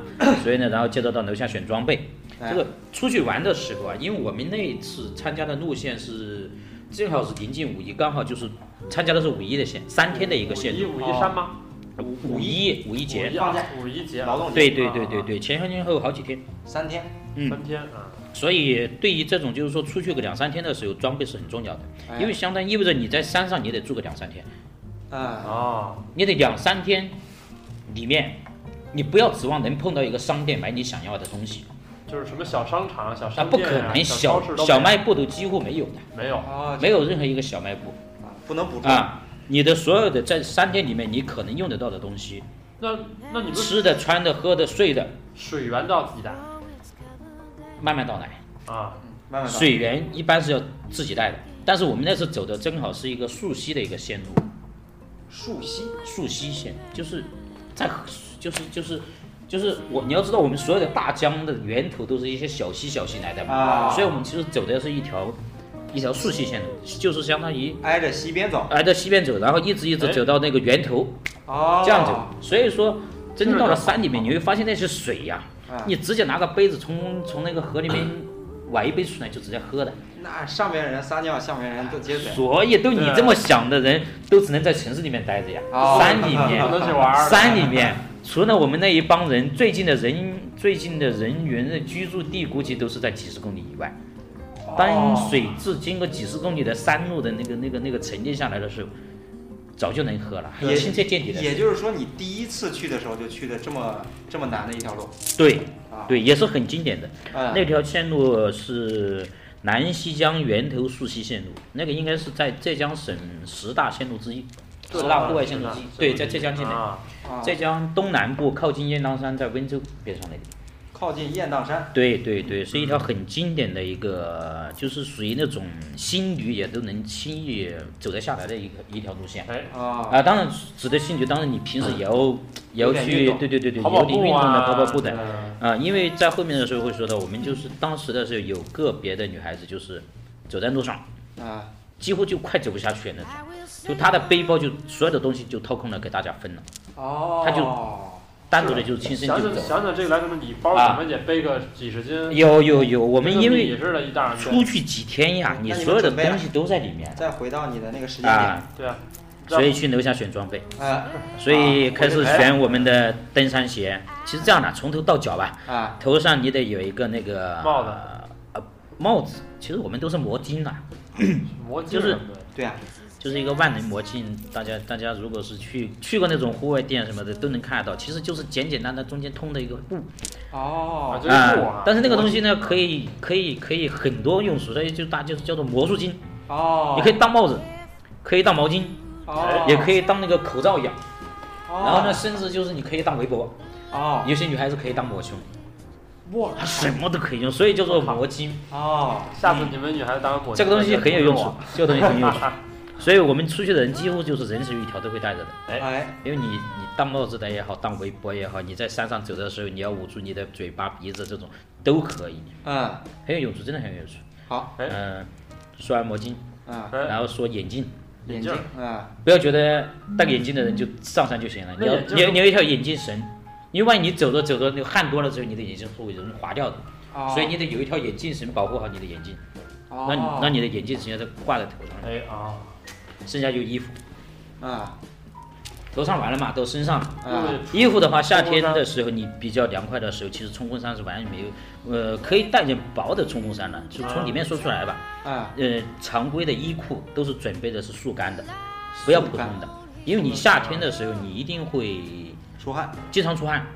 [SPEAKER 3] 所以呢，然后介绍到楼下选装备。
[SPEAKER 2] 哎
[SPEAKER 3] 这个出去玩的时候啊，因为我们那次参加的路线是正好是临近五一，刚好就是参加的是五一的线，三天的一个线
[SPEAKER 1] 五
[SPEAKER 3] 路
[SPEAKER 1] 一。五一山吗？
[SPEAKER 3] 五五一五一节。
[SPEAKER 1] 啊五一节啊
[SPEAKER 2] 劳动节
[SPEAKER 3] 对对对对对，前前后后好几天。
[SPEAKER 2] 三天。
[SPEAKER 3] 嗯，
[SPEAKER 1] 三天啊，
[SPEAKER 3] 所以对于这种就是说出去个两三天的时候，装备是很重要的，
[SPEAKER 2] 哎
[SPEAKER 3] 因为相当意味着你在山上你得住个两三天，
[SPEAKER 2] 嗯，
[SPEAKER 1] 哦，
[SPEAKER 3] 你得两三天里面，你不要指望能碰到一个商店买你想要的东西，
[SPEAKER 1] 就是什么小商场、小
[SPEAKER 3] 那
[SPEAKER 1] 商
[SPEAKER 3] 不
[SPEAKER 1] 店
[SPEAKER 3] 可
[SPEAKER 1] 啊
[SPEAKER 3] 能，
[SPEAKER 1] 小超
[SPEAKER 3] 小
[SPEAKER 1] 市都没有
[SPEAKER 3] 小卖部都几乎没有的，
[SPEAKER 1] 没有。
[SPEAKER 2] 哦，
[SPEAKER 3] 没有任何一个小卖部
[SPEAKER 2] 不能补充。
[SPEAKER 3] 啊。你的所有的在三天里面你可能用得到的东西，
[SPEAKER 1] 那那你们
[SPEAKER 3] 吃的、穿的、喝的、睡的，
[SPEAKER 1] 水源到自己带
[SPEAKER 3] 慢慢到来。
[SPEAKER 1] 啊？
[SPEAKER 2] 嗯慢慢倒
[SPEAKER 3] 水源一般是要自己带的，但是我们那次走的正好是一个溯溪的一个线路，
[SPEAKER 2] 树溪
[SPEAKER 3] 溯溪县，就是在河就是就是就是我你要知道，我们所有的大江的源头都是一些小溪小溪来的嘛，
[SPEAKER 2] 啊
[SPEAKER 3] 所以我们其实走的是一条一条溯溪线路，就是相当于
[SPEAKER 2] 挨着西边走。
[SPEAKER 3] 挨着西边走，然后一直一直
[SPEAKER 1] 哎
[SPEAKER 3] 走到那个源头、
[SPEAKER 2] 哦，
[SPEAKER 3] 这样走，所以说。真正到了
[SPEAKER 1] 这个
[SPEAKER 3] 山里面，你会发现那些水呀、
[SPEAKER 2] 啊
[SPEAKER 3] 你直接拿个杯子从从那个河里面
[SPEAKER 1] 嗯
[SPEAKER 3] 舀一杯出来就直接喝的，
[SPEAKER 2] 那上边人撒尿，下边人都接水。
[SPEAKER 3] 所以都你
[SPEAKER 1] 对啊
[SPEAKER 3] 这么想的人，都只能在城市里面待着呀，
[SPEAKER 2] 哦
[SPEAKER 3] 山里面
[SPEAKER 1] 不能去 玩儿。
[SPEAKER 3] 山里面，除了我们那一帮人，最近的人最近的人员的居住地估计都是在几十公里以外。哦当水质经过几十公里的山路的那个那个那个沉淀下来的时候，早就能喝了，
[SPEAKER 2] 也
[SPEAKER 3] 亲切见底的。
[SPEAKER 2] 也就是说，你第一次去的时候就去的这么这么难的一条路
[SPEAKER 3] 对
[SPEAKER 2] 啊？，
[SPEAKER 3] 对，也是很经典的。
[SPEAKER 1] 啊
[SPEAKER 2] 嗯，
[SPEAKER 3] 那条线路是南溪江源头溯溪线路，那个应该是在浙江省十大线路之一，
[SPEAKER 1] 对
[SPEAKER 3] 十大户外线路
[SPEAKER 1] 是
[SPEAKER 3] 之一
[SPEAKER 1] 的。
[SPEAKER 3] 对，在浙江境内，
[SPEAKER 1] 啊
[SPEAKER 2] 啊
[SPEAKER 3] 浙江东南部靠近雁荡山，在温州边上那里。
[SPEAKER 2] 靠近雁荡山，
[SPEAKER 3] 对对对，是一条很经典的一个，就是属于那种新旅也都能轻易走得下来的一个一条路线。
[SPEAKER 1] 哎，
[SPEAKER 2] 啊，
[SPEAKER 3] 啊，当然指的新旅，当然你平时也要、也要
[SPEAKER 2] 嗯有点运
[SPEAKER 3] 去，
[SPEAKER 2] 动
[SPEAKER 3] 对对对对，
[SPEAKER 1] 跑
[SPEAKER 3] 有
[SPEAKER 1] 跑
[SPEAKER 3] 点
[SPEAKER 1] 步
[SPEAKER 3] 运动的，
[SPEAKER 1] 啊，
[SPEAKER 3] 跑跑步的。
[SPEAKER 1] 嗯
[SPEAKER 3] 啊，因为在后面的时候会说到，我们就是当时的时候有个别的女孩子就是走在路上，
[SPEAKER 2] 啊，
[SPEAKER 3] 几乎就快走不下去了那种，就她的背包就所有的东西就掏空了，给大家分了，
[SPEAKER 2] 哦，
[SPEAKER 3] 他单独的就轻身
[SPEAKER 1] 想
[SPEAKER 3] 就
[SPEAKER 1] 想
[SPEAKER 3] 走了。
[SPEAKER 1] 想想这个来什么，你包怎
[SPEAKER 3] 啊
[SPEAKER 1] 么也背个几十斤？
[SPEAKER 3] 有有有，我
[SPEAKER 1] 我
[SPEAKER 3] 们因为
[SPEAKER 1] 似的一大
[SPEAKER 3] 出去几天呀，
[SPEAKER 2] 嗯那
[SPEAKER 3] 你
[SPEAKER 2] 你们
[SPEAKER 3] 所有的
[SPEAKER 2] 准备了
[SPEAKER 3] 东西都在里面。
[SPEAKER 2] 再回到你的那个时间点，
[SPEAKER 3] 啊，
[SPEAKER 1] 对啊，
[SPEAKER 3] 所以去楼下选装备，
[SPEAKER 2] 啊
[SPEAKER 3] 所以开始
[SPEAKER 1] 啊
[SPEAKER 3] 选我们的登山鞋。其实这样的，从头到脚吧，
[SPEAKER 2] 啊，
[SPEAKER 3] 头上你得有一个那个
[SPEAKER 1] 帽子
[SPEAKER 3] 呃，帽子。其实我们都是摩钉啦，
[SPEAKER 1] 魔镜
[SPEAKER 3] 就是
[SPEAKER 1] 什么的
[SPEAKER 2] 对啊，
[SPEAKER 3] 就是一个万能魔镜。大家大家如果是去去过那种户外店什么的，都能看得到。其实就是简简单单中间通的一个布
[SPEAKER 1] 啊，
[SPEAKER 2] 哦，
[SPEAKER 1] 这
[SPEAKER 3] 啊、
[SPEAKER 1] 个是我，
[SPEAKER 3] 但是那个东西呢，可以可以可以很多用途，所以就大家就是叫做魔术巾，
[SPEAKER 2] 哦，
[SPEAKER 3] 你可以当帽子，可以当毛巾，
[SPEAKER 2] 哦，
[SPEAKER 3] 也可以当那个口罩养。
[SPEAKER 2] 哦，
[SPEAKER 3] 然后呢，甚至就是你可以当围脖，
[SPEAKER 2] 哦，
[SPEAKER 3] 有些女孩子可以当抹胸，
[SPEAKER 2] 哇，
[SPEAKER 3] 它什么都可以用，所以叫做魔巾。
[SPEAKER 2] 哦，
[SPEAKER 1] 下次你们女孩子当我
[SPEAKER 3] 这个东西很有用
[SPEAKER 1] 我
[SPEAKER 3] 处，这个东西很有
[SPEAKER 1] 啊
[SPEAKER 3] 用处。所以我们出去的人几乎就是人手一条都会带着的，哎，
[SPEAKER 2] 哎，
[SPEAKER 3] 因为你你当帽子的也好，当围脖也好，你在山上走的时候，你要捂住你的嘴巴、鼻子这种都可以，
[SPEAKER 2] 嗯，
[SPEAKER 3] 很有用处，真的很有用处。
[SPEAKER 2] 好，
[SPEAKER 1] 哎
[SPEAKER 3] 嗯、说按摩巾，
[SPEAKER 2] 嗯，
[SPEAKER 1] 哎
[SPEAKER 3] 然后说眼镜，
[SPEAKER 1] 眼
[SPEAKER 2] 眼
[SPEAKER 1] 镜
[SPEAKER 2] 镜，嗯，
[SPEAKER 3] 不要觉得戴个眼镜的人就上山就行了，你要
[SPEAKER 1] 那眼镜
[SPEAKER 3] 你要你要一条眼镜绳，因为万一你走着走着那个汗多了之后，你的眼睛会容易滑掉的，
[SPEAKER 2] 哦，
[SPEAKER 3] 所以你得有一条眼镜绳保护好你的眼睛，
[SPEAKER 2] 哦，
[SPEAKER 3] 让你让你的眼镜绳在挂在头上，
[SPEAKER 1] 哎啊，
[SPEAKER 3] 剩下就衣服，
[SPEAKER 2] 嗯，
[SPEAKER 3] 头上完了嘛，到身上了。
[SPEAKER 2] 嗯，
[SPEAKER 3] 衣服的话，夏天的时候你比较凉快的时候，其实冲锋衫是完全没有，呃，可以带点薄的冲锋衫的，就从里面说出来
[SPEAKER 1] 啊
[SPEAKER 3] 吧。
[SPEAKER 2] 嗯，
[SPEAKER 3] 呃，常规的衣裤都是准备的是速干的，不要普通的，因为你夏天的时候你一定会
[SPEAKER 2] 出汗，
[SPEAKER 3] 经常出汗。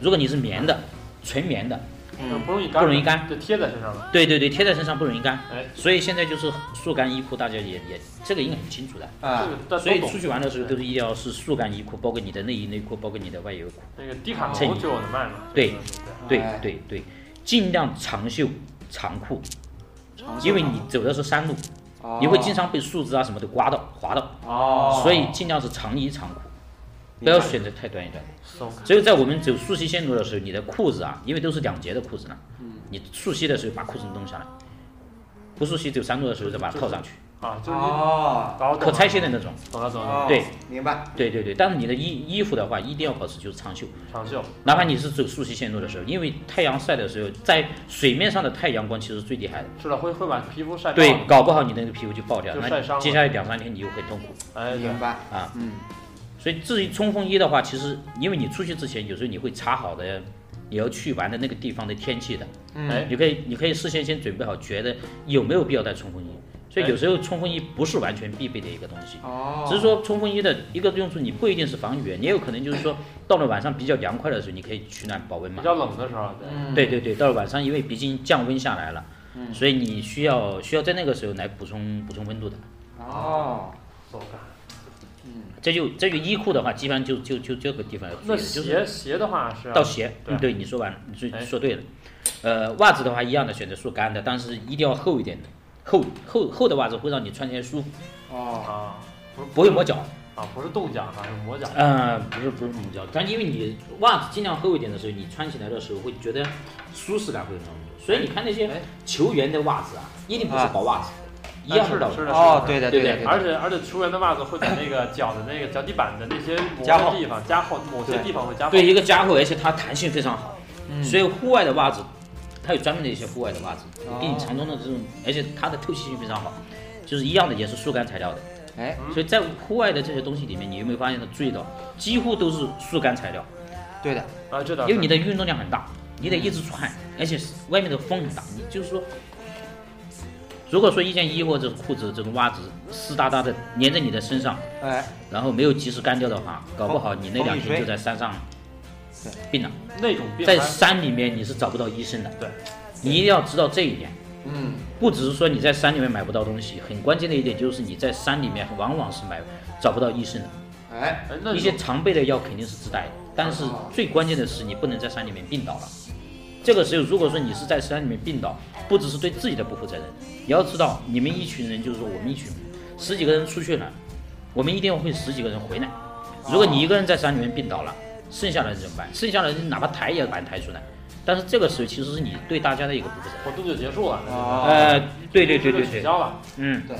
[SPEAKER 3] 如果你是棉的，纯棉的，
[SPEAKER 1] 就
[SPEAKER 2] 嗯，
[SPEAKER 1] 不容易干，
[SPEAKER 3] 不容易干
[SPEAKER 1] 就贴在身上了。
[SPEAKER 3] 对对对，贴在身上不容易干。
[SPEAKER 1] 哎，
[SPEAKER 3] 所以现在就是速干衣裤，大家也也这个应该很清楚的。
[SPEAKER 1] 这个
[SPEAKER 2] 嗯，
[SPEAKER 1] 大家
[SPEAKER 3] 所以
[SPEAKER 1] 都懂
[SPEAKER 3] 出去玩的时候都是一定要是速干衣裤，包括你的内衣内裤，包括你的外游裤。
[SPEAKER 1] 那个迪卡
[SPEAKER 3] 衬
[SPEAKER 1] 侬
[SPEAKER 3] 衣
[SPEAKER 1] 就有的卖嘛。
[SPEAKER 3] 对
[SPEAKER 1] 这个东西
[SPEAKER 3] 对
[SPEAKER 2] 哎
[SPEAKER 3] 对对，尽量长袖长裤，
[SPEAKER 2] 长袖
[SPEAKER 3] 因为你走的是山路，
[SPEAKER 2] 哦
[SPEAKER 3] 你会经常被树枝啊什么的刮到、划到，
[SPEAKER 2] 哦，
[SPEAKER 3] 所以尽量是长衣长裤，不要选择太短一短。
[SPEAKER 1] 松开
[SPEAKER 3] 只有在我们走溯溪线路的时候，你的裤子啊，因为都是两节的裤子呢，
[SPEAKER 2] 嗯
[SPEAKER 3] 你溯溪的时候把裤子弄下来，不溯溪走山路的时候再把它套上去，
[SPEAKER 1] 啊，就是
[SPEAKER 2] 哦，
[SPEAKER 1] 搞懂
[SPEAKER 3] 可
[SPEAKER 1] 了
[SPEAKER 3] 拆卸的那种。
[SPEAKER 1] 懂了懂了，
[SPEAKER 2] 哦，
[SPEAKER 3] 对，
[SPEAKER 2] 明白，
[SPEAKER 3] 对对对，但是你的衣衣服的话，一定要保持就是长袖。
[SPEAKER 1] 长袖
[SPEAKER 3] 哪怕你是走溯溪线路的时候，因为太阳晒的时候，在水面上的太阳光其实最厉害的。
[SPEAKER 1] 是的，会会把皮肤晒爆
[SPEAKER 3] 对，搞不好你那个皮肤就爆掉，
[SPEAKER 1] 就晒伤
[SPEAKER 3] 那
[SPEAKER 1] 了
[SPEAKER 3] 接下来两三天你就很痛苦
[SPEAKER 1] 哎，对
[SPEAKER 2] 明白，
[SPEAKER 3] 啊。
[SPEAKER 2] 嗯，
[SPEAKER 3] 所以至于冲锋衣的话，其实因为你出去之前，有时候你会查好的，你要去玩的那个地方的天气的，
[SPEAKER 2] Ừ.
[SPEAKER 1] 哎，
[SPEAKER 3] 你可以你可以事先先准备好，觉得有没有必要带冲锋衣。所以有时候冲锋衣不是完全必备的一个东西，
[SPEAKER 2] 哦，
[SPEAKER 3] 只是说冲锋衣的一个用处，你不一定是防雨，你也有可能就是说到了晚上比较凉快的时候，你可以取暖保温嘛
[SPEAKER 1] 比。较冷的时候，对，
[SPEAKER 2] 嗯，
[SPEAKER 3] 对对对，到了晚上，因为毕竟降温下来了，
[SPEAKER 1] 嗯
[SPEAKER 2] Ừ.
[SPEAKER 3] 所以你需要需要在那个时候来补充补充温度的。
[SPEAKER 2] 哦，
[SPEAKER 1] 松开。
[SPEAKER 2] Ừ.
[SPEAKER 3] 这就这个衣裤的话，基本上就就就这个地方要注
[SPEAKER 1] 那
[SPEAKER 3] 意了，就是
[SPEAKER 1] 鞋鞋的话是啊
[SPEAKER 3] 到鞋。
[SPEAKER 1] 对
[SPEAKER 3] 嗯，对，你说完了，你说
[SPEAKER 1] 哎
[SPEAKER 3] 说对了。呃，袜子的话一样的，选择速干的，但是一定要厚一点的，厚厚厚的袜子会让你穿起来舒服，
[SPEAKER 2] 哦，
[SPEAKER 1] 啊，不是
[SPEAKER 3] 不会磨脚。
[SPEAKER 1] 啊，不是冻脚哈，是磨脚。
[SPEAKER 3] 呃，不是不是磨脚，但因为你袜子尽量厚一点的时候，你穿起来的时候会觉得舒适感会很足。所以你看那些
[SPEAKER 1] 哎
[SPEAKER 3] 球员的袜子啊，一定不是
[SPEAKER 2] 啊
[SPEAKER 3] 薄袜子，一
[SPEAKER 1] 哎
[SPEAKER 3] 样
[SPEAKER 1] 是
[SPEAKER 3] 的道
[SPEAKER 1] 的，
[SPEAKER 3] 理
[SPEAKER 1] 是。的，
[SPEAKER 2] 哦，
[SPEAKER 1] 是的
[SPEAKER 2] 对的，
[SPEAKER 3] 对
[SPEAKER 2] 的，
[SPEAKER 3] 对
[SPEAKER 2] 对
[SPEAKER 1] 而
[SPEAKER 2] 的，
[SPEAKER 1] 且而且球员的袜子会在那个脚的那个脚底板的那些磨
[SPEAKER 2] 加厚
[SPEAKER 1] 的地方加厚，某些
[SPEAKER 2] 对
[SPEAKER 1] 地方会加厚。
[SPEAKER 3] 对一个加厚，而且它弹性非常好。
[SPEAKER 2] 嗯
[SPEAKER 3] 所以户外的袜子，它有专门的一些户外的袜子，
[SPEAKER 2] 哦
[SPEAKER 3] 给你藏中的这种，而且它的透气性非常好，就是一样的也是速干材料的。
[SPEAKER 2] 哎，
[SPEAKER 3] 所以在户外的这些东西里面，你有没有发现它注意到，几乎都是速干材料，
[SPEAKER 2] 对的，
[SPEAKER 1] 啊，这倒是
[SPEAKER 3] 因为你的运动量很大，你得一直出汗，
[SPEAKER 2] 嗯
[SPEAKER 3] 而且外面的风很大，你就是说。如果说一件衣服或者裤子这种袜子湿哒哒的粘在你的身上，
[SPEAKER 2] 哎，
[SPEAKER 3] 然后没有及时干掉的话，搞不好你那两
[SPEAKER 2] 风雨吹
[SPEAKER 3] 天就在山上
[SPEAKER 2] 对
[SPEAKER 3] 病了。
[SPEAKER 1] 那种病
[SPEAKER 3] 在
[SPEAKER 1] 还
[SPEAKER 3] 山里面你是找不到医生的，
[SPEAKER 1] 对，
[SPEAKER 3] 你一定要知道这一点。
[SPEAKER 2] 嗯，
[SPEAKER 3] 不只是说你在山里面买不到东西，很关键的一点就是你在山里面往往是买找不到医生的，
[SPEAKER 2] 哎，
[SPEAKER 1] 哎那
[SPEAKER 3] 一些常备的药肯定是自带的，但是最关键的是你不能在山里面病倒了。这个时候，如果说你是在山里面病倒，不只是对自己的不负责任，你要知道，你们一群人就是说我们一群人，十几个人出去了，我们一定会十几个人回来。如果你一个人在山里面病倒了，剩下的人怎么办？剩下的人哪怕抬也难抬出来。但是这个时候，其实是你对大家的一个不负责任。
[SPEAKER 1] 活动就结束了。
[SPEAKER 2] 哦
[SPEAKER 3] 呃，对对对
[SPEAKER 1] 就
[SPEAKER 3] 对
[SPEAKER 1] 取
[SPEAKER 3] 对，
[SPEAKER 1] 消了。
[SPEAKER 3] 嗯，
[SPEAKER 2] 对，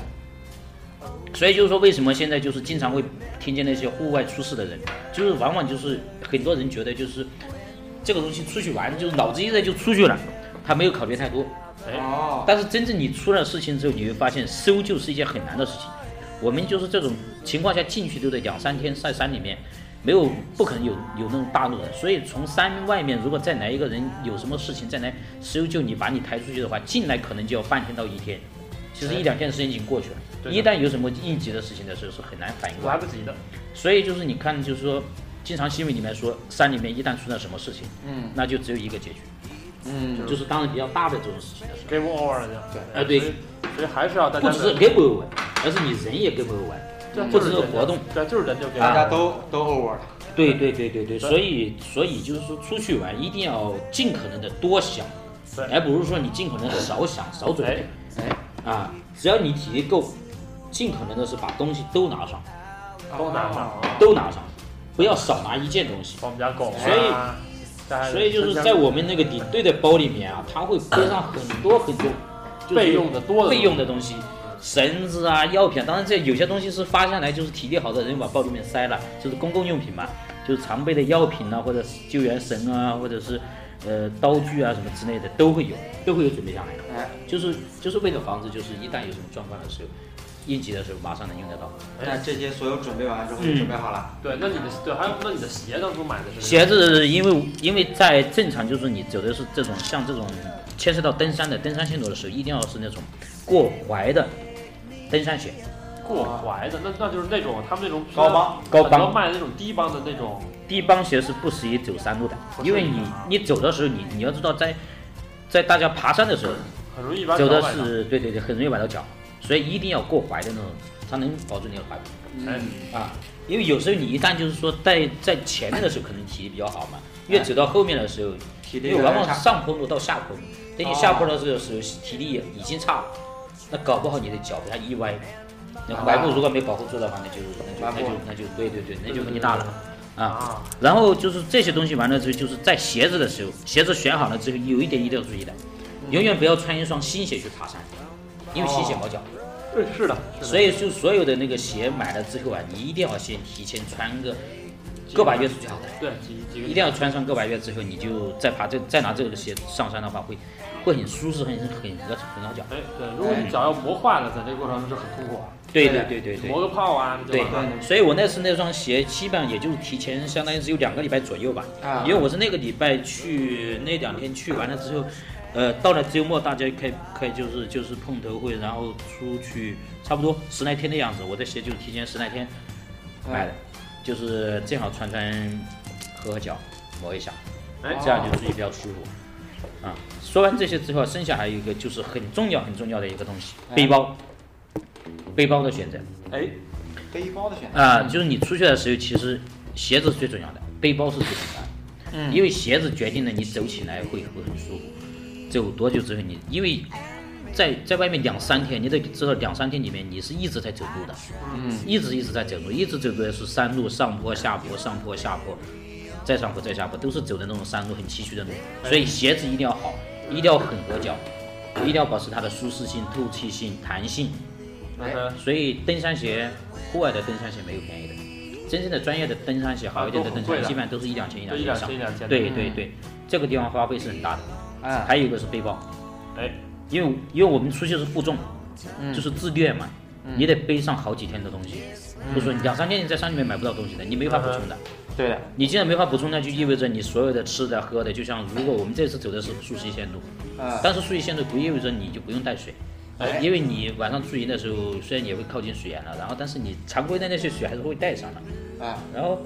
[SPEAKER 3] 所以就是说，为什么现在就是经常会听见那些户外出事的人，就是往往就是很多人觉得就是这个东西出去玩，就是脑子一热就出去了，他没有考虑太多。
[SPEAKER 1] 哎
[SPEAKER 2] 哦，
[SPEAKER 3] 但是真正你出了事情之后，你会发现搜救是一件很难的事情。我们就是这种情况下进去都得两三天在山里面，没有不可能有有那种大路的，所以从山外面如果再来一个人有什么事情再来搜救你把你抬出去的话，进来可能就要半天到一天。其实一两件事情已经过去了。
[SPEAKER 1] 对的
[SPEAKER 3] 一旦有什么应急的事情的时候，是很难反应过来
[SPEAKER 1] 来
[SPEAKER 3] 的。
[SPEAKER 1] 不及的。
[SPEAKER 3] 所以就是你看，就是说，经常新闻里面说，山里面一旦出了什么事情，
[SPEAKER 2] 嗯
[SPEAKER 3] 那就只有一个结局，
[SPEAKER 2] 嗯，
[SPEAKER 3] 就是当然比较大的这种事情的时候，
[SPEAKER 1] Game over 了就。
[SPEAKER 2] 对
[SPEAKER 3] 哎对
[SPEAKER 1] 所以，所以还是要大家的
[SPEAKER 3] 不只是 game over，而是你人也 game over，
[SPEAKER 1] 对
[SPEAKER 3] 不
[SPEAKER 1] 就
[SPEAKER 3] 只
[SPEAKER 1] 是
[SPEAKER 3] 是
[SPEAKER 1] 人
[SPEAKER 3] 活动。
[SPEAKER 1] 对，就是人就 game
[SPEAKER 2] 大
[SPEAKER 1] over
[SPEAKER 2] 家
[SPEAKER 1] 了。
[SPEAKER 2] 都都 over 了。
[SPEAKER 3] 对对对对对，所以所以就是说出去玩一定要尽可能的多想，
[SPEAKER 1] 对
[SPEAKER 3] 而不是说你尽可能地少想少准
[SPEAKER 1] 哎
[SPEAKER 3] 备，
[SPEAKER 2] 哎，
[SPEAKER 3] 啊。只要你体力够，尽可能的是把东西都拿上，
[SPEAKER 1] 都拿上了。哦
[SPEAKER 3] 都拿上，不要少拿一件东西。
[SPEAKER 1] 把我们家狗啊，
[SPEAKER 3] 所以
[SPEAKER 1] 大家
[SPEAKER 3] 所以就是在我们那个领队的包里面啊，他会背上很多很多就是
[SPEAKER 1] 备用的多的东西
[SPEAKER 3] 备用的东西，绳子啊、药品啊，当然这有些东西是发下来，就是体力好的人往包里面塞了，就是公共用品嘛，就是常备的药品啊，或者是救援绳啊，或者是呃刀具啊什么之类的都会有，都会有准备下来的。
[SPEAKER 2] 哎，
[SPEAKER 3] 就是就是为了防止，就是一旦有什么状况的时候，应急的时候马上能用得到。
[SPEAKER 2] 那这些所有准备完之后就准备好了。
[SPEAKER 1] 对，那你的对，还有那你的鞋当初买的是什么
[SPEAKER 3] 鞋子，因为因为在正常就是你走的是这种像这种牵涉到登山的登山线路的时候，一定要是那种过踝的登山鞋，
[SPEAKER 1] 过踝的，那那就是那种他们那种
[SPEAKER 2] 高帮
[SPEAKER 3] 高
[SPEAKER 1] 很多
[SPEAKER 3] 帮
[SPEAKER 1] 卖的那种低帮的那种，
[SPEAKER 3] 低帮鞋是不适宜走山路的，
[SPEAKER 1] 不适宜
[SPEAKER 3] 因为你
[SPEAKER 1] 啊
[SPEAKER 3] 你走的时候，你你要知道在在大家爬山的时候
[SPEAKER 1] 很容易把
[SPEAKER 3] 走
[SPEAKER 1] 脚崴
[SPEAKER 3] 的
[SPEAKER 1] 到。
[SPEAKER 3] 是对对对，很容易崴到脚，所以一定要过踝的那种，它能保证你的踝骨。
[SPEAKER 2] 嗯
[SPEAKER 1] 哎，
[SPEAKER 3] 啊，因为有时候你一旦就是说在在前面的时候可能体力比较好嘛，越走到后面的时候，
[SPEAKER 2] 体力
[SPEAKER 3] 因为往往
[SPEAKER 2] 有点
[SPEAKER 3] 是
[SPEAKER 2] 差
[SPEAKER 3] 上坡路到下坡路，等你下坡的时候，时候体力也已经差了，那搞不好你的脚被它一歪，那
[SPEAKER 2] 啊
[SPEAKER 3] 踝部如果没保护住的话，那就那
[SPEAKER 2] 完
[SPEAKER 3] 就那
[SPEAKER 2] 犊
[SPEAKER 3] 就那就对对对，那就问题大了
[SPEAKER 2] 嗯
[SPEAKER 3] 啊。
[SPEAKER 1] 啊，
[SPEAKER 3] 然后就是这些东西完了之后，就是在鞋子的时候，鞋子选好了之后，有一点一定要注意的，
[SPEAKER 2] 嗯
[SPEAKER 3] 永远不要穿一双新鞋去爬山，因
[SPEAKER 2] 哦
[SPEAKER 3] 为新鞋磨脚。
[SPEAKER 1] 对，是的，是的
[SPEAKER 3] 所以就所有的那个鞋买了之后啊，你一定要先提前穿个个把月是最好的，
[SPEAKER 1] 对几几个
[SPEAKER 3] 一定要穿上个把月之后，你就再爬这再拿这个鞋上山的话，会会很舒适，很很很很好脚。
[SPEAKER 1] 哎，对，如果你脚要磨坏了，在这个过程中是很痛苦啊，
[SPEAKER 3] 对
[SPEAKER 2] 对
[SPEAKER 3] 对对对对
[SPEAKER 1] 磨个泡啊，这就
[SPEAKER 3] 对
[SPEAKER 1] 完了
[SPEAKER 2] 对，
[SPEAKER 3] 所以我那次那双鞋基本上也就是提前相当于只有两个礼拜左右吧，
[SPEAKER 2] 啊
[SPEAKER 3] 因为我是那个礼拜去，那两天去完了之后，呃，到了周末大家开开就是就是碰头会，然后出去差不多十来天的样子，我的鞋就提前十来天买的，就是正好穿穿合合脚磨一下，
[SPEAKER 1] 哎，
[SPEAKER 3] 这样就自己比较舒服。啊，说完这些之后，剩下还有一个就是很重要很重要的一个东西，
[SPEAKER 2] 哎
[SPEAKER 3] 背包，背包的选择。
[SPEAKER 1] 哎，
[SPEAKER 2] 背包的选择。
[SPEAKER 3] 啊、就是你出去的时候，其实鞋子是最重要的，背包是最简单的。嗯，因为鞋子决定了你走起来会会很舒服，走多久之后你，因为在在外面两三天，你得知道两三天里面你是一直在走路的，嗯，一直一直在走路，一直走的是山路，上坡下坡，上坡下坡，再上坡再下坡，都是走的那种山路，很崎岖的路，所以鞋子一定要好，一定要很合脚，一定要保持它的舒适性、透气性、弹性。
[SPEAKER 2] 哎
[SPEAKER 1] 那个
[SPEAKER 3] 所以登山鞋，户外的登山鞋没有便宜的，真正的专业的登山鞋，好一点的登
[SPEAKER 1] 都很贵
[SPEAKER 3] 山
[SPEAKER 1] 的
[SPEAKER 3] 基本上都是一两千一
[SPEAKER 1] 都
[SPEAKER 3] 两
[SPEAKER 1] 一
[SPEAKER 3] 千
[SPEAKER 1] 两
[SPEAKER 3] 以上
[SPEAKER 1] 千一。两千，嗯
[SPEAKER 3] 对对对，这个地方花费是很大的。
[SPEAKER 2] 哎，
[SPEAKER 3] 还有一个是背包，
[SPEAKER 1] 哎，嗯
[SPEAKER 3] 因为因为我们出去是负重，就是自虐嘛，你得背上好几天的东西，
[SPEAKER 1] 嗯
[SPEAKER 3] 就说两三天你在山里面买不到东西的，你没法补充的。
[SPEAKER 2] 对的，
[SPEAKER 3] 你既然没法补充，那就意味着你所有的吃的喝的，就像如果我们这次走的是溯溪线路，
[SPEAKER 1] 嗯
[SPEAKER 2] 啊
[SPEAKER 3] 但是溯溪线路不意味着你就不用带水，
[SPEAKER 2] 哎
[SPEAKER 3] 呃因为你晚上驻营的时候虽然也会靠近水源了，然后但是你常规的那些水还是会带上的，
[SPEAKER 2] 啊，
[SPEAKER 3] 然后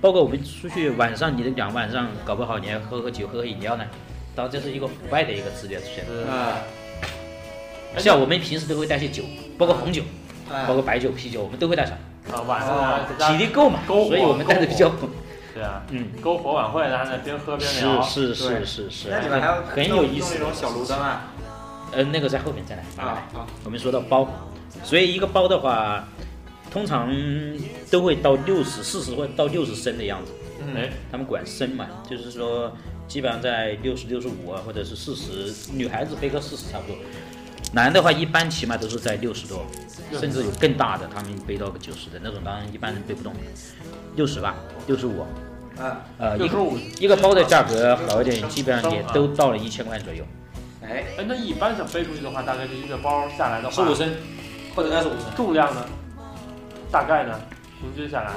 [SPEAKER 3] 包括我们出去晚上你的两晚上搞不好你还喝喝酒喝喝饮料呢，然后这是一个户外的一个策略选择，
[SPEAKER 1] 是
[SPEAKER 2] 啊，
[SPEAKER 3] 像我们平时都会带些酒，包括红酒，
[SPEAKER 2] 哎
[SPEAKER 3] 包括白酒、啤酒，我们都会带上，
[SPEAKER 1] 啊，晚上啊，在家
[SPEAKER 3] 体力够嘛，
[SPEAKER 1] 篝火
[SPEAKER 3] 所以我们带的比较
[SPEAKER 1] 篝火对啊，
[SPEAKER 3] 嗯，
[SPEAKER 1] 篝火晚会，大家边喝边聊，
[SPEAKER 3] 是是
[SPEAKER 2] 对
[SPEAKER 3] 是是是，
[SPEAKER 2] 那你们还要
[SPEAKER 3] 很
[SPEAKER 2] 弄
[SPEAKER 3] 有意思
[SPEAKER 2] 弄那。种小炉灯啊？
[SPEAKER 3] 呃，那个在后面再来。
[SPEAKER 2] 啊啊，
[SPEAKER 3] 我们说到包，所以一个包的话，通常都会到六十、四十或到六十升的样子，
[SPEAKER 1] 哎，
[SPEAKER 3] 他们管升嘛，就是说基本上在六十、六十五啊，或者是四十，女孩子背个四十差不多。男的话，一般起码都是在六十多，甚至有更大的，他们背到个九十的那种，当然一般人背不动，六十吧，六十五，
[SPEAKER 2] 啊，
[SPEAKER 3] 呃，一个
[SPEAKER 1] 65
[SPEAKER 3] 一个包的价格好一点，基本上也
[SPEAKER 1] 升啊
[SPEAKER 3] 都到了一千块左右，
[SPEAKER 2] 哎，
[SPEAKER 1] 哎，那一般想背出去的话，大概这一个包下来的话，
[SPEAKER 2] 升或者二十五升，
[SPEAKER 1] 重量呢，大概呢，平均下来，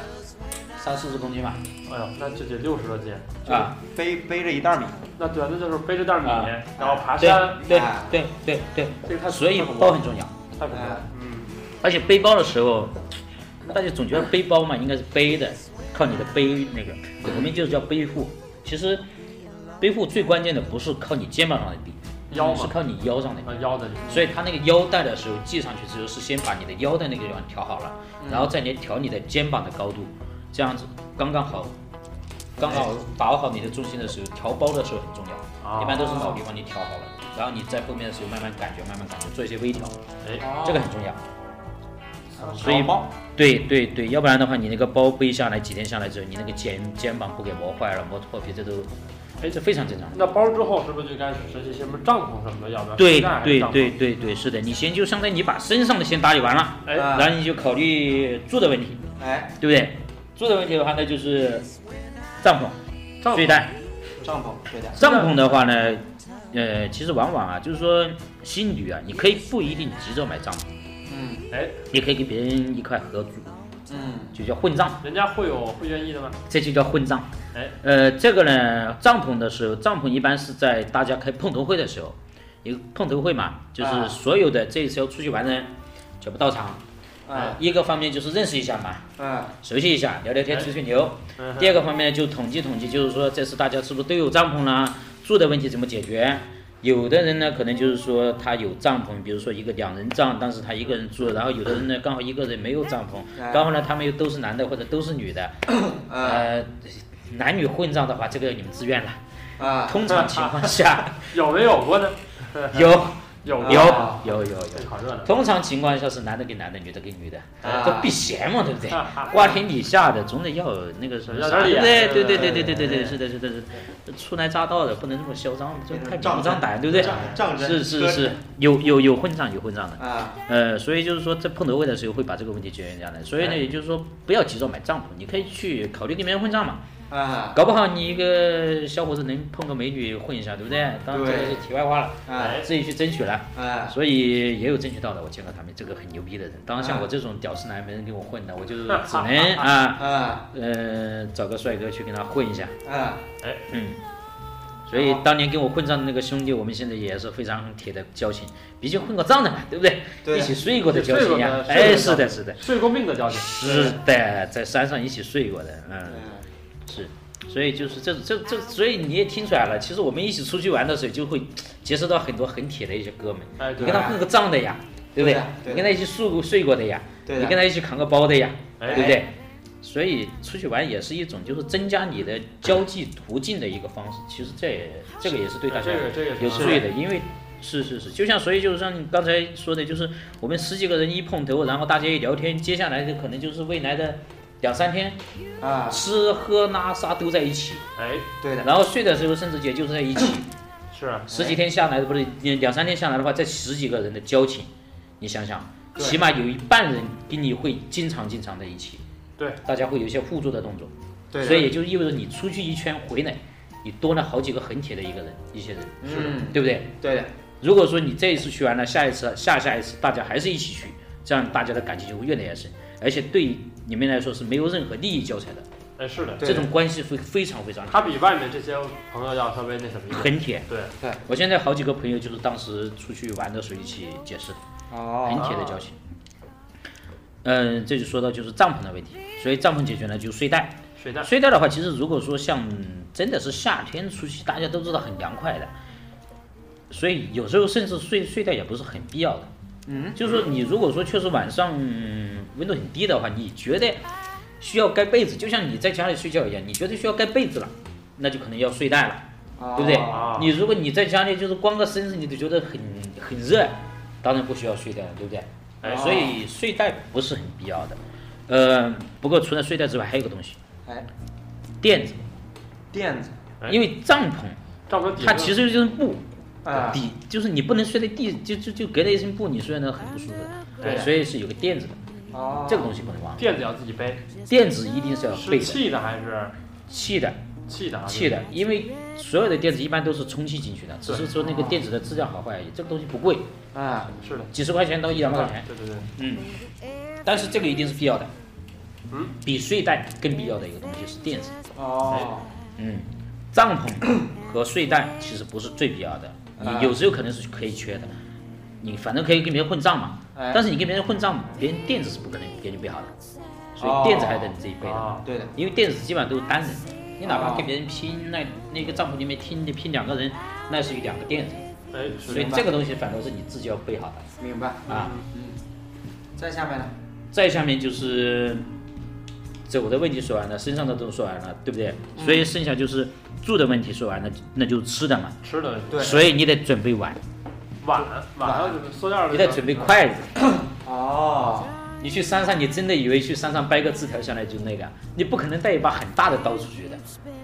[SPEAKER 3] 三四十公斤吧，
[SPEAKER 1] 哎呦，那就得六十多斤。
[SPEAKER 3] 啊。
[SPEAKER 2] 背背着一袋米，
[SPEAKER 1] 那对啊，那就是背着袋米，
[SPEAKER 3] 啊
[SPEAKER 1] 然后爬
[SPEAKER 3] 对
[SPEAKER 1] 山，
[SPEAKER 3] 对
[SPEAKER 2] 啊
[SPEAKER 3] 对对对，
[SPEAKER 1] 这个太
[SPEAKER 3] 所以
[SPEAKER 1] 太恐怖
[SPEAKER 3] 包
[SPEAKER 1] 了
[SPEAKER 3] 很重要。
[SPEAKER 1] 太恐怖了
[SPEAKER 2] 哎。
[SPEAKER 1] 嗯，
[SPEAKER 3] 而且背包的时候，大家总觉得背包嘛，应该是背的，靠你的背那个，我们就是叫背负。其实背负最关键的不是靠你肩膀上的力，
[SPEAKER 1] 腰嘛
[SPEAKER 3] 是靠你腰上的力。
[SPEAKER 1] 那腰的里面
[SPEAKER 3] 所以他那个腰带的时候系上去之后，是先把你的腰带那个地方调好了，
[SPEAKER 1] 嗯
[SPEAKER 3] 然后再你调你的肩膀的高度，这样子刚刚好，刚好
[SPEAKER 1] 哎
[SPEAKER 3] 把握好你的重心的时候，调包的时候很重
[SPEAKER 1] 哦
[SPEAKER 3] 要，一般都是脑力帮你调好了，然后你在后面的时候慢慢感觉，慢慢感觉，做一些微调，
[SPEAKER 1] 哎，
[SPEAKER 2] 啊
[SPEAKER 3] 这个很重要。
[SPEAKER 2] 所以包
[SPEAKER 3] 对对对，要不然的话，你那个包背下来几天下来之后，你那个肩肩膀不给磨坏了，磨破皮这都，哎，这非常正常。
[SPEAKER 1] 那包之后是不是就该实习什么帐篷什么的？要不要？
[SPEAKER 3] 对
[SPEAKER 1] 膝盖还是
[SPEAKER 3] 对
[SPEAKER 1] 帐篷
[SPEAKER 3] 对。对对，是的，你先就相当于你把身上的先打理完了，
[SPEAKER 1] 哎，
[SPEAKER 2] 啊
[SPEAKER 3] 然后你就考虑住的问题，
[SPEAKER 2] 哎，
[SPEAKER 3] 对不对？住的问题的话，那就是帐篷、
[SPEAKER 1] 帐
[SPEAKER 3] 睡
[SPEAKER 1] 篷
[SPEAKER 3] 袋。
[SPEAKER 2] 帐篷睡袋，
[SPEAKER 3] 帐篷的话呢，呃，其实往往啊，就是说新女啊，你可以不一定急着买帐篷，
[SPEAKER 2] 嗯
[SPEAKER 1] 哎，
[SPEAKER 3] 也可以跟别人一块合租，
[SPEAKER 2] 嗯，
[SPEAKER 3] 就叫混帐，
[SPEAKER 1] 人家会有会愿意的吗？
[SPEAKER 3] 这就叫混帐。
[SPEAKER 1] 哎，
[SPEAKER 3] 呃，这个呢，帐篷的时候，帐篷一般是在大家开碰头会的时候，一个碰头会嘛，就是
[SPEAKER 2] 啊
[SPEAKER 3] 所有的这一次要出去玩的人
[SPEAKER 1] 哎
[SPEAKER 3] 全部到场。
[SPEAKER 2] 哎，
[SPEAKER 3] 一个方面就是认识一下嘛，
[SPEAKER 2] 嗯，
[SPEAKER 3] 熟悉一下，聊聊天，
[SPEAKER 1] 哎
[SPEAKER 3] 吹吹牛。
[SPEAKER 1] 嗯哼
[SPEAKER 3] 第二个方面就统计统计，就是说这次大家是不是都有帐篷啦？住的问题怎么解决？有的人呢，可能就是说他有帐篷，比如说一个两人帐，但是他一个人住；然后有的人呢，刚好一个人没有帐篷，
[SPEAKER 2] 哎
[SPEAKER 3] 刚好呢他们又都是男的或者都是女的，
[SPEAKER 2] 嗯，
[SPEAKER 3] 呃，男女混帐的话，这个你们自 愿了。
[SPEAKER 2] 啊，
[SPEAKER 3] 通常情 况下
[SPEAKER 1] 有没有过呢？
[SPEAKER 3] 有
[SPEAKER 1] 有
[SPEAKER 3] 有
[SPEAKER 1] 过
[SPEAKER 2] 啊
[SPEAKER 3] 有有有，
[SPEAKER 1] 这好热闹。
[SPEAKER 3] 通常情况下是男的给男的，女的给女的，
[SPEAKER 2] 啊
[SPEAKER 3] 这避嫌嘛，对不对？瓜田李下的总得要有那个什么
[SPEAKER 1] 要
[SPEAKER 3] 啥，
[SPEAKER 1] 点
[SPEAKER 3] 对
[SPEAKER 1] 脸
[SPEAKER 3] 不对？对对
[SPEAKER 1] 对
[SPEAKER 3] 对对对对对，
[SPEAKER 2] 对
[SPEAKER 3] 是的是的是的，初来乍到的不能这么嚣张，就太
[SPEAKER 2] 仗
[SPEAKER 3] 明目张胆，对不对？
[SPEAKER 2] 仗仗着
[SPEAKER 3] 是是是，有有有混账有混账的，
[SPEAKER 2] 啊，
[SPEAKER 3] 呃，所以就是说在碰头位的时候会把这个问题解决下来，所以呢，
[SPEAKER 1] 哎
[SPEAKER 3] 也就是说不要急着买帐篷，你可以去考虑跟别人混账嘛，
[SPEAKER 2] 啊，
[SPEAKER 3] 搞不好你一个小伙子能碰个美女混一下，对不对？当然这个
[SPEAKER 2] 对
[SPEAKER 3] 是题外话了，
[SPEAKER 2] 啊，
[SPEAKER 3] 自己去争取了。
[SPEAKER 2] 啊，
[SPEAKER 3] 所以也有争取到的，我见过他们这个很牛逼的人。当然像
[SPEAKER 2] 啊
[SPEAKER 3] 我这种屌丝男没人跟我混的，我就只能啊，
[SPEAKER 2] 啊，
[SPEAKER 3] 呃，找个帅哥去跟他混一下。
[SPEAKER 2] 啊，
[SPEAKER 3] 嗯，所以当年跟我混账的那个兄弟，我们现在也是非常铁的交情，毕竟混过账的嘛，对不对？
[SPEAKER 2] 对
[SPEAKER 3] 一起睡过的交
[SPEAKER 1] 睡过的
[SPEAKER 3] 情呀。
[SPEAKER 1] 睡过的
[SPEAKER 3] 哎，是的，是的，
[SPEAKER 1] 睡过命的交情。
[SPEAKER 3] 是的，在山上一起睡过的，嗯，
[SPEAKER 2] 嗯，
[SPEAKER 3] 是。所以就是这这这，所以你也听出来了，其实我们一起出去玩的时候，就会结识到很多很铁的一些哥们。
[SPEAKER 1] 哎，
[SPEAKER 3] 你
[SPEAKER 1] 对
[SPEAKER 3] 跟他混个账的呀，对不
[SPEAKER 2] 对的对的
[SPEAKER 3] 你跟他一起睡过睡过的呀，
[SPEAKER 2] 对的啊
[SPEAKER 3] 你跟他一起扛个包的呀，
[SPEAKER 1] 哎
[SPEAKER 3] 对不对？所以出去玩也是一种，就是增加你的交际途径的一个方式。其实这也这个也是对大家
[SPEAKER 1] 这个这个是
[SPEAKER 3] 有助于的，因为是是是，就像所以就是像你刚才说的，就是我们十几个人一碰头，然后大家一聊天，接下来的可能就是未来的两三天，
[SPEAKER 2] 啊，
[SPEAKER 3] 吃喝拉撒都在一起，
[SPEAKER 1] 哎，
[SPEAKER 2] 对的，
[SPEAKER 3] 然后睡的时候甚至也就是在一起。
[SPEAKER 1] 是啊
[SPEAKER 3] 十几天下来，不是两三天下来的话，这十几个人的交情，你想想，
[SPEAKER 2] 对
[SPEAKER 3] 起码有一半人跟你会经常经常在一起，
[SPEAKER 1] 对，
[SPEAKER 3] 大家会有一些互助的动作，
[SPEAKER 2] 对的，
[SPEAKER 3] 所以也就意味着你出去一圈回来，你多了好几个很铁的一个人一些人，
[SPEAKER 2] 嗯，
[SPEAKER 3] 对不对？
[SPEAKER 2] 对的，
[SPEAKER 3] 如果说你这一次去完了，下一次、下下一次大家还是一起去，这样大家的感情就会越来越深，而且对于你们来说是没有任何利益交缠的，
[SPEAKER 1] 哎，是的，
[SPEAKER 2] 对
[SPEAKER 3] 这种关系会非常非常
[SPEAKER 1] 他比外面这些朋友要稍微那什么一点。
[SPEAKER 3] 很铁。
[SPEAKER 1] 对，
[SPEAKER 3] 我现在好几个朋友就是当时出去玩的时候一起结识的。
[SPEAKER 2] 哦，
[SPEAKER 3] 很铁的交情。嗯，这就说到就是帐篷的问题，所以帐篷解决呢就睡袋。
[SPEAKER 1] 睡袋
[SPEAKER 3] 睡袋的话，其实如果说像真的是夏天出去，大家都知道很凉快的，所以有时候甚至睡睡袋也不是很必要的。嗯，就是说你如果说确实晚上、嗯温度很低的话，你觉得需要盖被子，就像你在家里睡觉一样，你觉得需要盖被子了，那就可能要睡袋了。对不对
[SPEAKER 1] 啊
[SPEAKER 2] 哦
[SPEAKER 3] 你如果你在家里就是光个身子，你都觉得很很热，当然不需要睡袋了，对不对？
[SPEAKER 1] 哎
[SPEAKER 3] 所以睡袋不是很必要的。呃，不过除了睡袋之外，还有一个东西，
[SPEAKER 2] 哎，
[SPEAKER 3] 垫子，
[SPEAKER 2] 垫子，
[SPEAKER 1] 哎
[SPEAKER 3] 因为帐篷
[SPEAKER 1] 帐篷底
[SPEAKER 3] 它
[SPEAKER 1] 下
[SPEAKER 3] 其实就是布
[SPEAKER 2] 啊，
[SPEAKER 3] 底，就是你不能睡在地，就就就隔着一层布，你睡那很不舒服的。
[SPEAKER 1] 对
[SPEAKER 3] 所以是有个垫子的，
[SPEAKER 2] 哦，
[SPEAKER 3] 这个东西不能忘了。
[SPEAKER 1] 垫子要自己背，
[SPEAKER 3] 垫子一定是要
[SPEAKER 1] 是
[SPEAKER 3] 备的，
[SPEAKER 1] 气的还是
[SPEAKER 3] 气的，
[SPEAKER 1] 气的啊？
[SPEAKER 3] 气的，因为所有的垫子一般都是充气进去的，只
[SPEAKER 1] 对
[SPEAKER 3] 是说那个垫子的质量好坏而已。这个东西不贵，
[SPEAKER 2] 啊，
[SPEAKER 1] 是的，
[SPEAKER 3] 几十块钱到一两百块钱。
[SPEAKER 1] 对对对，
[SPEAKER 3] 嗯，但是这个一定是必要的。
[SPEAKER 1] 嗯，
[SPEAKER 3] 比睡袋更必要的一个东西是垫子。
[SPEAKER 2] 哦，
[SPEAKER 3] 嗯，帐篷和睡袋其实不是最必要的，
[SPEAKER 2] 啊
[SPEAKER 3] 你有时候可能是可以缺的。你反正可以跟别人混账嘛，
[SPEAKER 2] 哎
[SPEAKER 3] 但是你跟别人混账，别人垫子是不可能给你背好的，所
[SPEAKER 2] 哦
[SPEAKER 3] 以垫子还得你自己背的，
[SPEAKER 1] 啊，
[SPEAKER 2] 对的，
[SPEAKER 3] 因为垫子基本上都是单人，你哪怕
[SPEAKER 2] 哦
[SPEAKER 3] 跟别人拼，那那个帐篷里面拼你拼两个人，那是有两个垫子，
[SPEAKER 1] 哎，
[SPEAKER 3] 所
[SPEAKER 1] 是
[SPEAKER 3] 以这个东西反倒是你自己要背好的
[SPEAKER 2] 明白。
[SPEAKER 3] 啊。
[SPEAKER 2] 嗯，再下面呢？
[SPEAKER 3] 再下面就是走的问题说完了，身上的都说完了，对不对？所以剩下就是住的问题说完了，那就是吃的嘛。
[SPEAKER 1] 吃的
[SPEAKER 2] 对
[SPEAKER 3] 所以你得准备碗，
[SPEAKER 1] 碗碗上就是塑料的，
[SPEAKER 3] 你得准备筷子。
[SPEAKER 2] 哦，
[SPEAKER 3] 你去山上，你真的以为去山上掰个枝条下来就那个，你不可能带一把很大的刀出去的，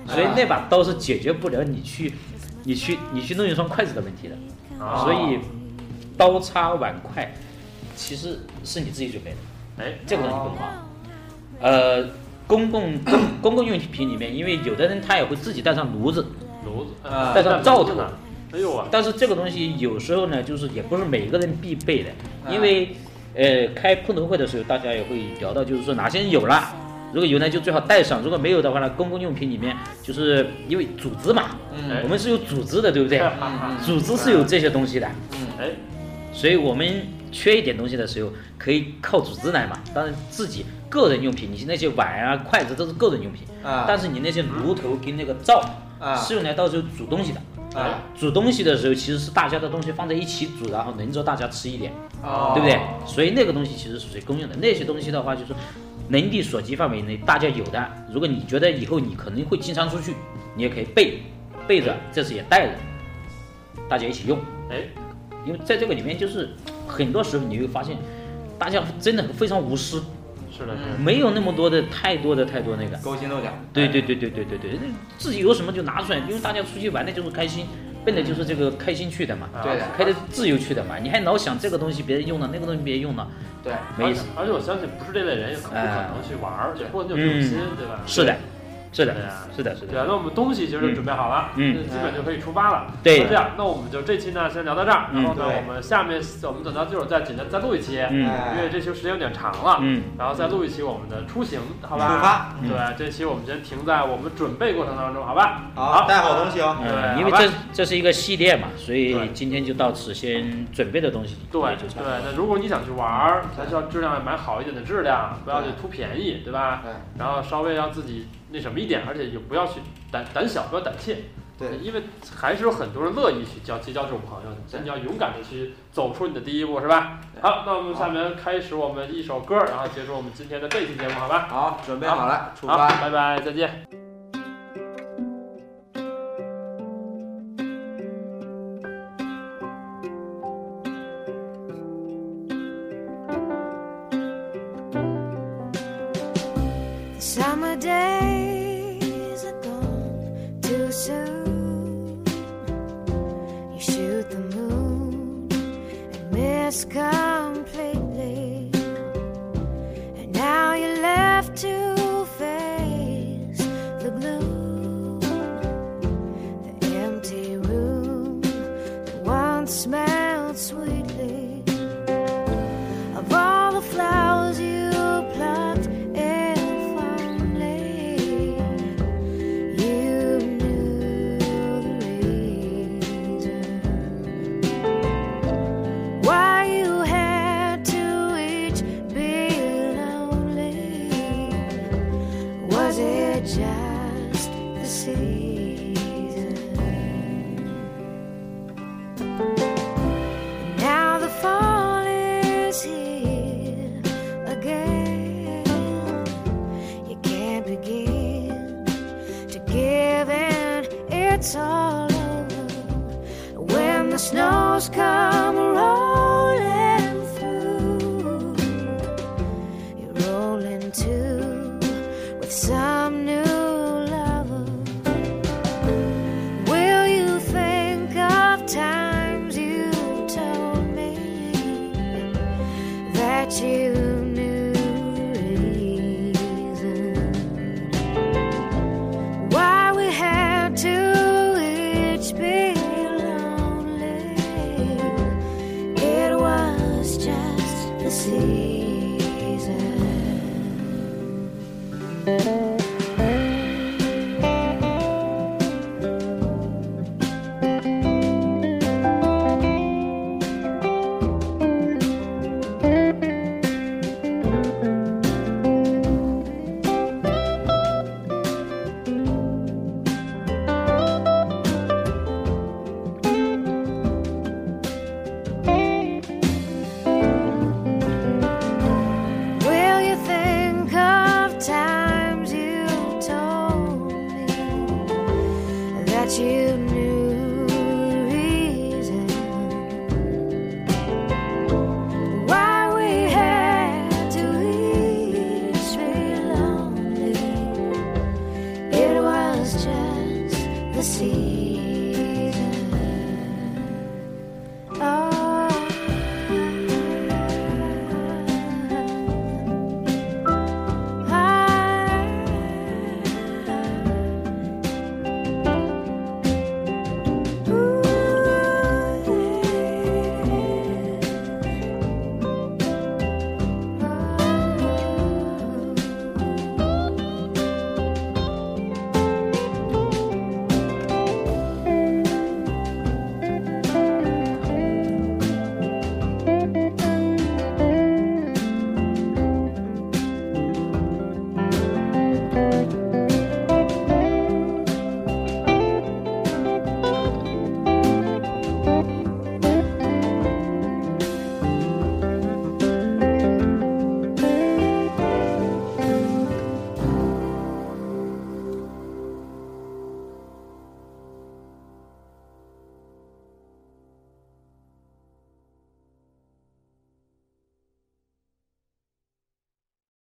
[SPEAKER 3] 所以那把刀是解决不了你去，你去，你去弄一双筷子的问题的。
[SPEAKER 1] 啊，
[SPEAKER 3] 所以，刀叉碗筷，其实是你自己准备的，
[SPEAKER 1] 哎，
[SPEAKER 3] 这个东西不用慌。呃，公共公公共用品里面，因为有的人他也会自己带上炉子，
[SPEAKER 1] 炉子
[SPEAKER 2] 啊
[SPEAKER 3] 带上灶头
[SPEAKER 1] 呢，哎呦啊，
[SPEAKER 3] 但是这个东西有时候呢，就是也不是每个人必备的，因为，呃，开碰头会的时候，大家也会聊到，就是说哪些人有了，如果有呢就最好带上，如果没有的话呢，公共用品里面就是因为组织嘛，
[SPEAKER 2] 嗯
[SPEAKER 3] 我们是有组织的，对不对？
[SPEAKER 2] 啊
[SPEAKER 1] 哈哈，
[SPEAKER 3] 组织是有这些东西的，
[SPEAKER 2] 嗯
[SPEAKER 1] 哎，
[SPEAKER 3] 所以我们缺一点东西的时候，可以靠组织来嘛。当然，自己个人用品，你那些碗啊、筷子都是个人用品，
[SPEAKER 2] 啊
[SPEAKER 3] 嗯但是你那些炉头跟那个灶
[SPEAKER 2] 啊
[SPEAKER 3] 是用来到时候煮东西的。
[SPEAKER 2] 啊
[SPEAKER 3] 煮东西的时候，其实是大家的东西放在一起煮，然后轮着大家吃一点，
[SPEAKER 2] 哦
[SPEAKER 3] 对不对？所以那个东西其实属于公用的。那些东西的话，就是能力所及范围内大家有的，如果你觉得以后你可能会经常出去，你也可以备备
[SPEAKER 2] 嗯
[SPEAKER 3] 着，这次也带着，大家一起用。
[SPEAKER 1] 哎，
[SPEAKER 3] 因为在这个里面，就是很多时候你会发现，大家真的非常无私，
[SPEAKER 1] 是的，是的，
[SPEAKER 3] 没有那么多的太多的太多那个。
[SPEAKER 2] 勾心斗角。
[SPEAKER 1] 哎
[SPEAKER 3] 对对对对对对对，那自己有什么就拿出来，因为大家出去玩的就是开心，奔的就是这个开心去的嘛，
[SPEAKER 1] 啊
[SPEAKER 2] 对的
[SPEAKER 3] 开的自由去的嘛，你还老想这个东西别人用了，那个东西别人用了，啊
[SPEAKER 2] 对，
[SPEAKER 3] 没意思。哎嗯
[SPEAKER 1] 而且我相信，不是这类人也可不可能去玩儿，就不能有这种心，对吧？
[SPEAKER 3] 是的，是的
[SPEAKER 1] 对啊，
[SPEAKER 3] 是的，是
[SPEAKER 1] 对啊
[SPEAKER 3] 的。，
[SPEAKER 1] 那我们东西其实就准备好了，
[SPEAKER 3] 嗯
[SPEAKER 1] 那基本就可以出发了。
[SPEAKER 3] 对
[SPEAKER 1] 那这样，那我们就这期呢先聊到这儿，然后呢，
[SPEAKER 2] 嗯对
[SPEAKER 1] 我们下面我们等到这会儿再简单再录一期，
[SPEAKER 3] 嗯
[SPEAKER 1] 因为
[SPEAKER 2] 哎
[SPEAKER 1] 这期时间有点长了，
[SPEAKER 3] 嗯，
[SPEAKER 1] 然后再录一期我们的出行，好吧？
[SPEAKER 2] 出发
[SPEAKER 3] 嗯
[SPEAKER 1] 对，这期我们先停在我们准备过程当中，好吧？
[SPEAKER 2] 好，带好东西哦。
[SPEAKER 3] 嗯，
[SPEAKER 1] 对啊
[SPEAKER 3] 因为
[SPEAKER 1] 好吧
[SPEAKER 3] 这这是一个系列嘛，所以
[SPEAKER 1] 对
[SPEAKER 3] 今天就到此，先准备的东西
[SPEAKER 1] 对
[SPEAKER 3] 也就差
[SPEAKER 1] 对
[SPEAKER 3] 不多。，
[SPEAKER 1] 那如果你想去玩儿，咱就要质量买好一点的质量，不要去
[SPEAKER 2] 对
[SPEAKER 1] 图便宜，对吧？
[SPEAKER 2] 对
[SPEAKER 1] 然后稍微让自己那什么一点，而且也不要去胆胆小，不要胆怯，
[SPEAKER 2] 对，
[SPEAKER 1] 因为还是有很多人乐意去交结交这种朋友的，所以你要勇敢的去走出你的第一步，是吧？
[SPEAKER 2] 对
[SPEAKER 1] 好，那我们下面开始我们一首歌，然后结束我们今天的这期节目，好吧？
[SPEAKER 2] 好，准备好了，出
[SPEAKER 1] 好，
[SPEAKER 2] 发。
[SPEAKER 1] 拜拜，再见。
[SPEAKER 4] The summer days are gone too soon. You shoot the moon and miss completely. And now you're left to face the gloom, the empty room that once smelled sweetly of all the flowers you plucked if only you knew the reason why you had to each be lonely was it just the season now the fall is here again. You can't begin to give in. It's all over when the snows come rolling through. You roll into with some new lover. Will you think of times you told me that you Oh.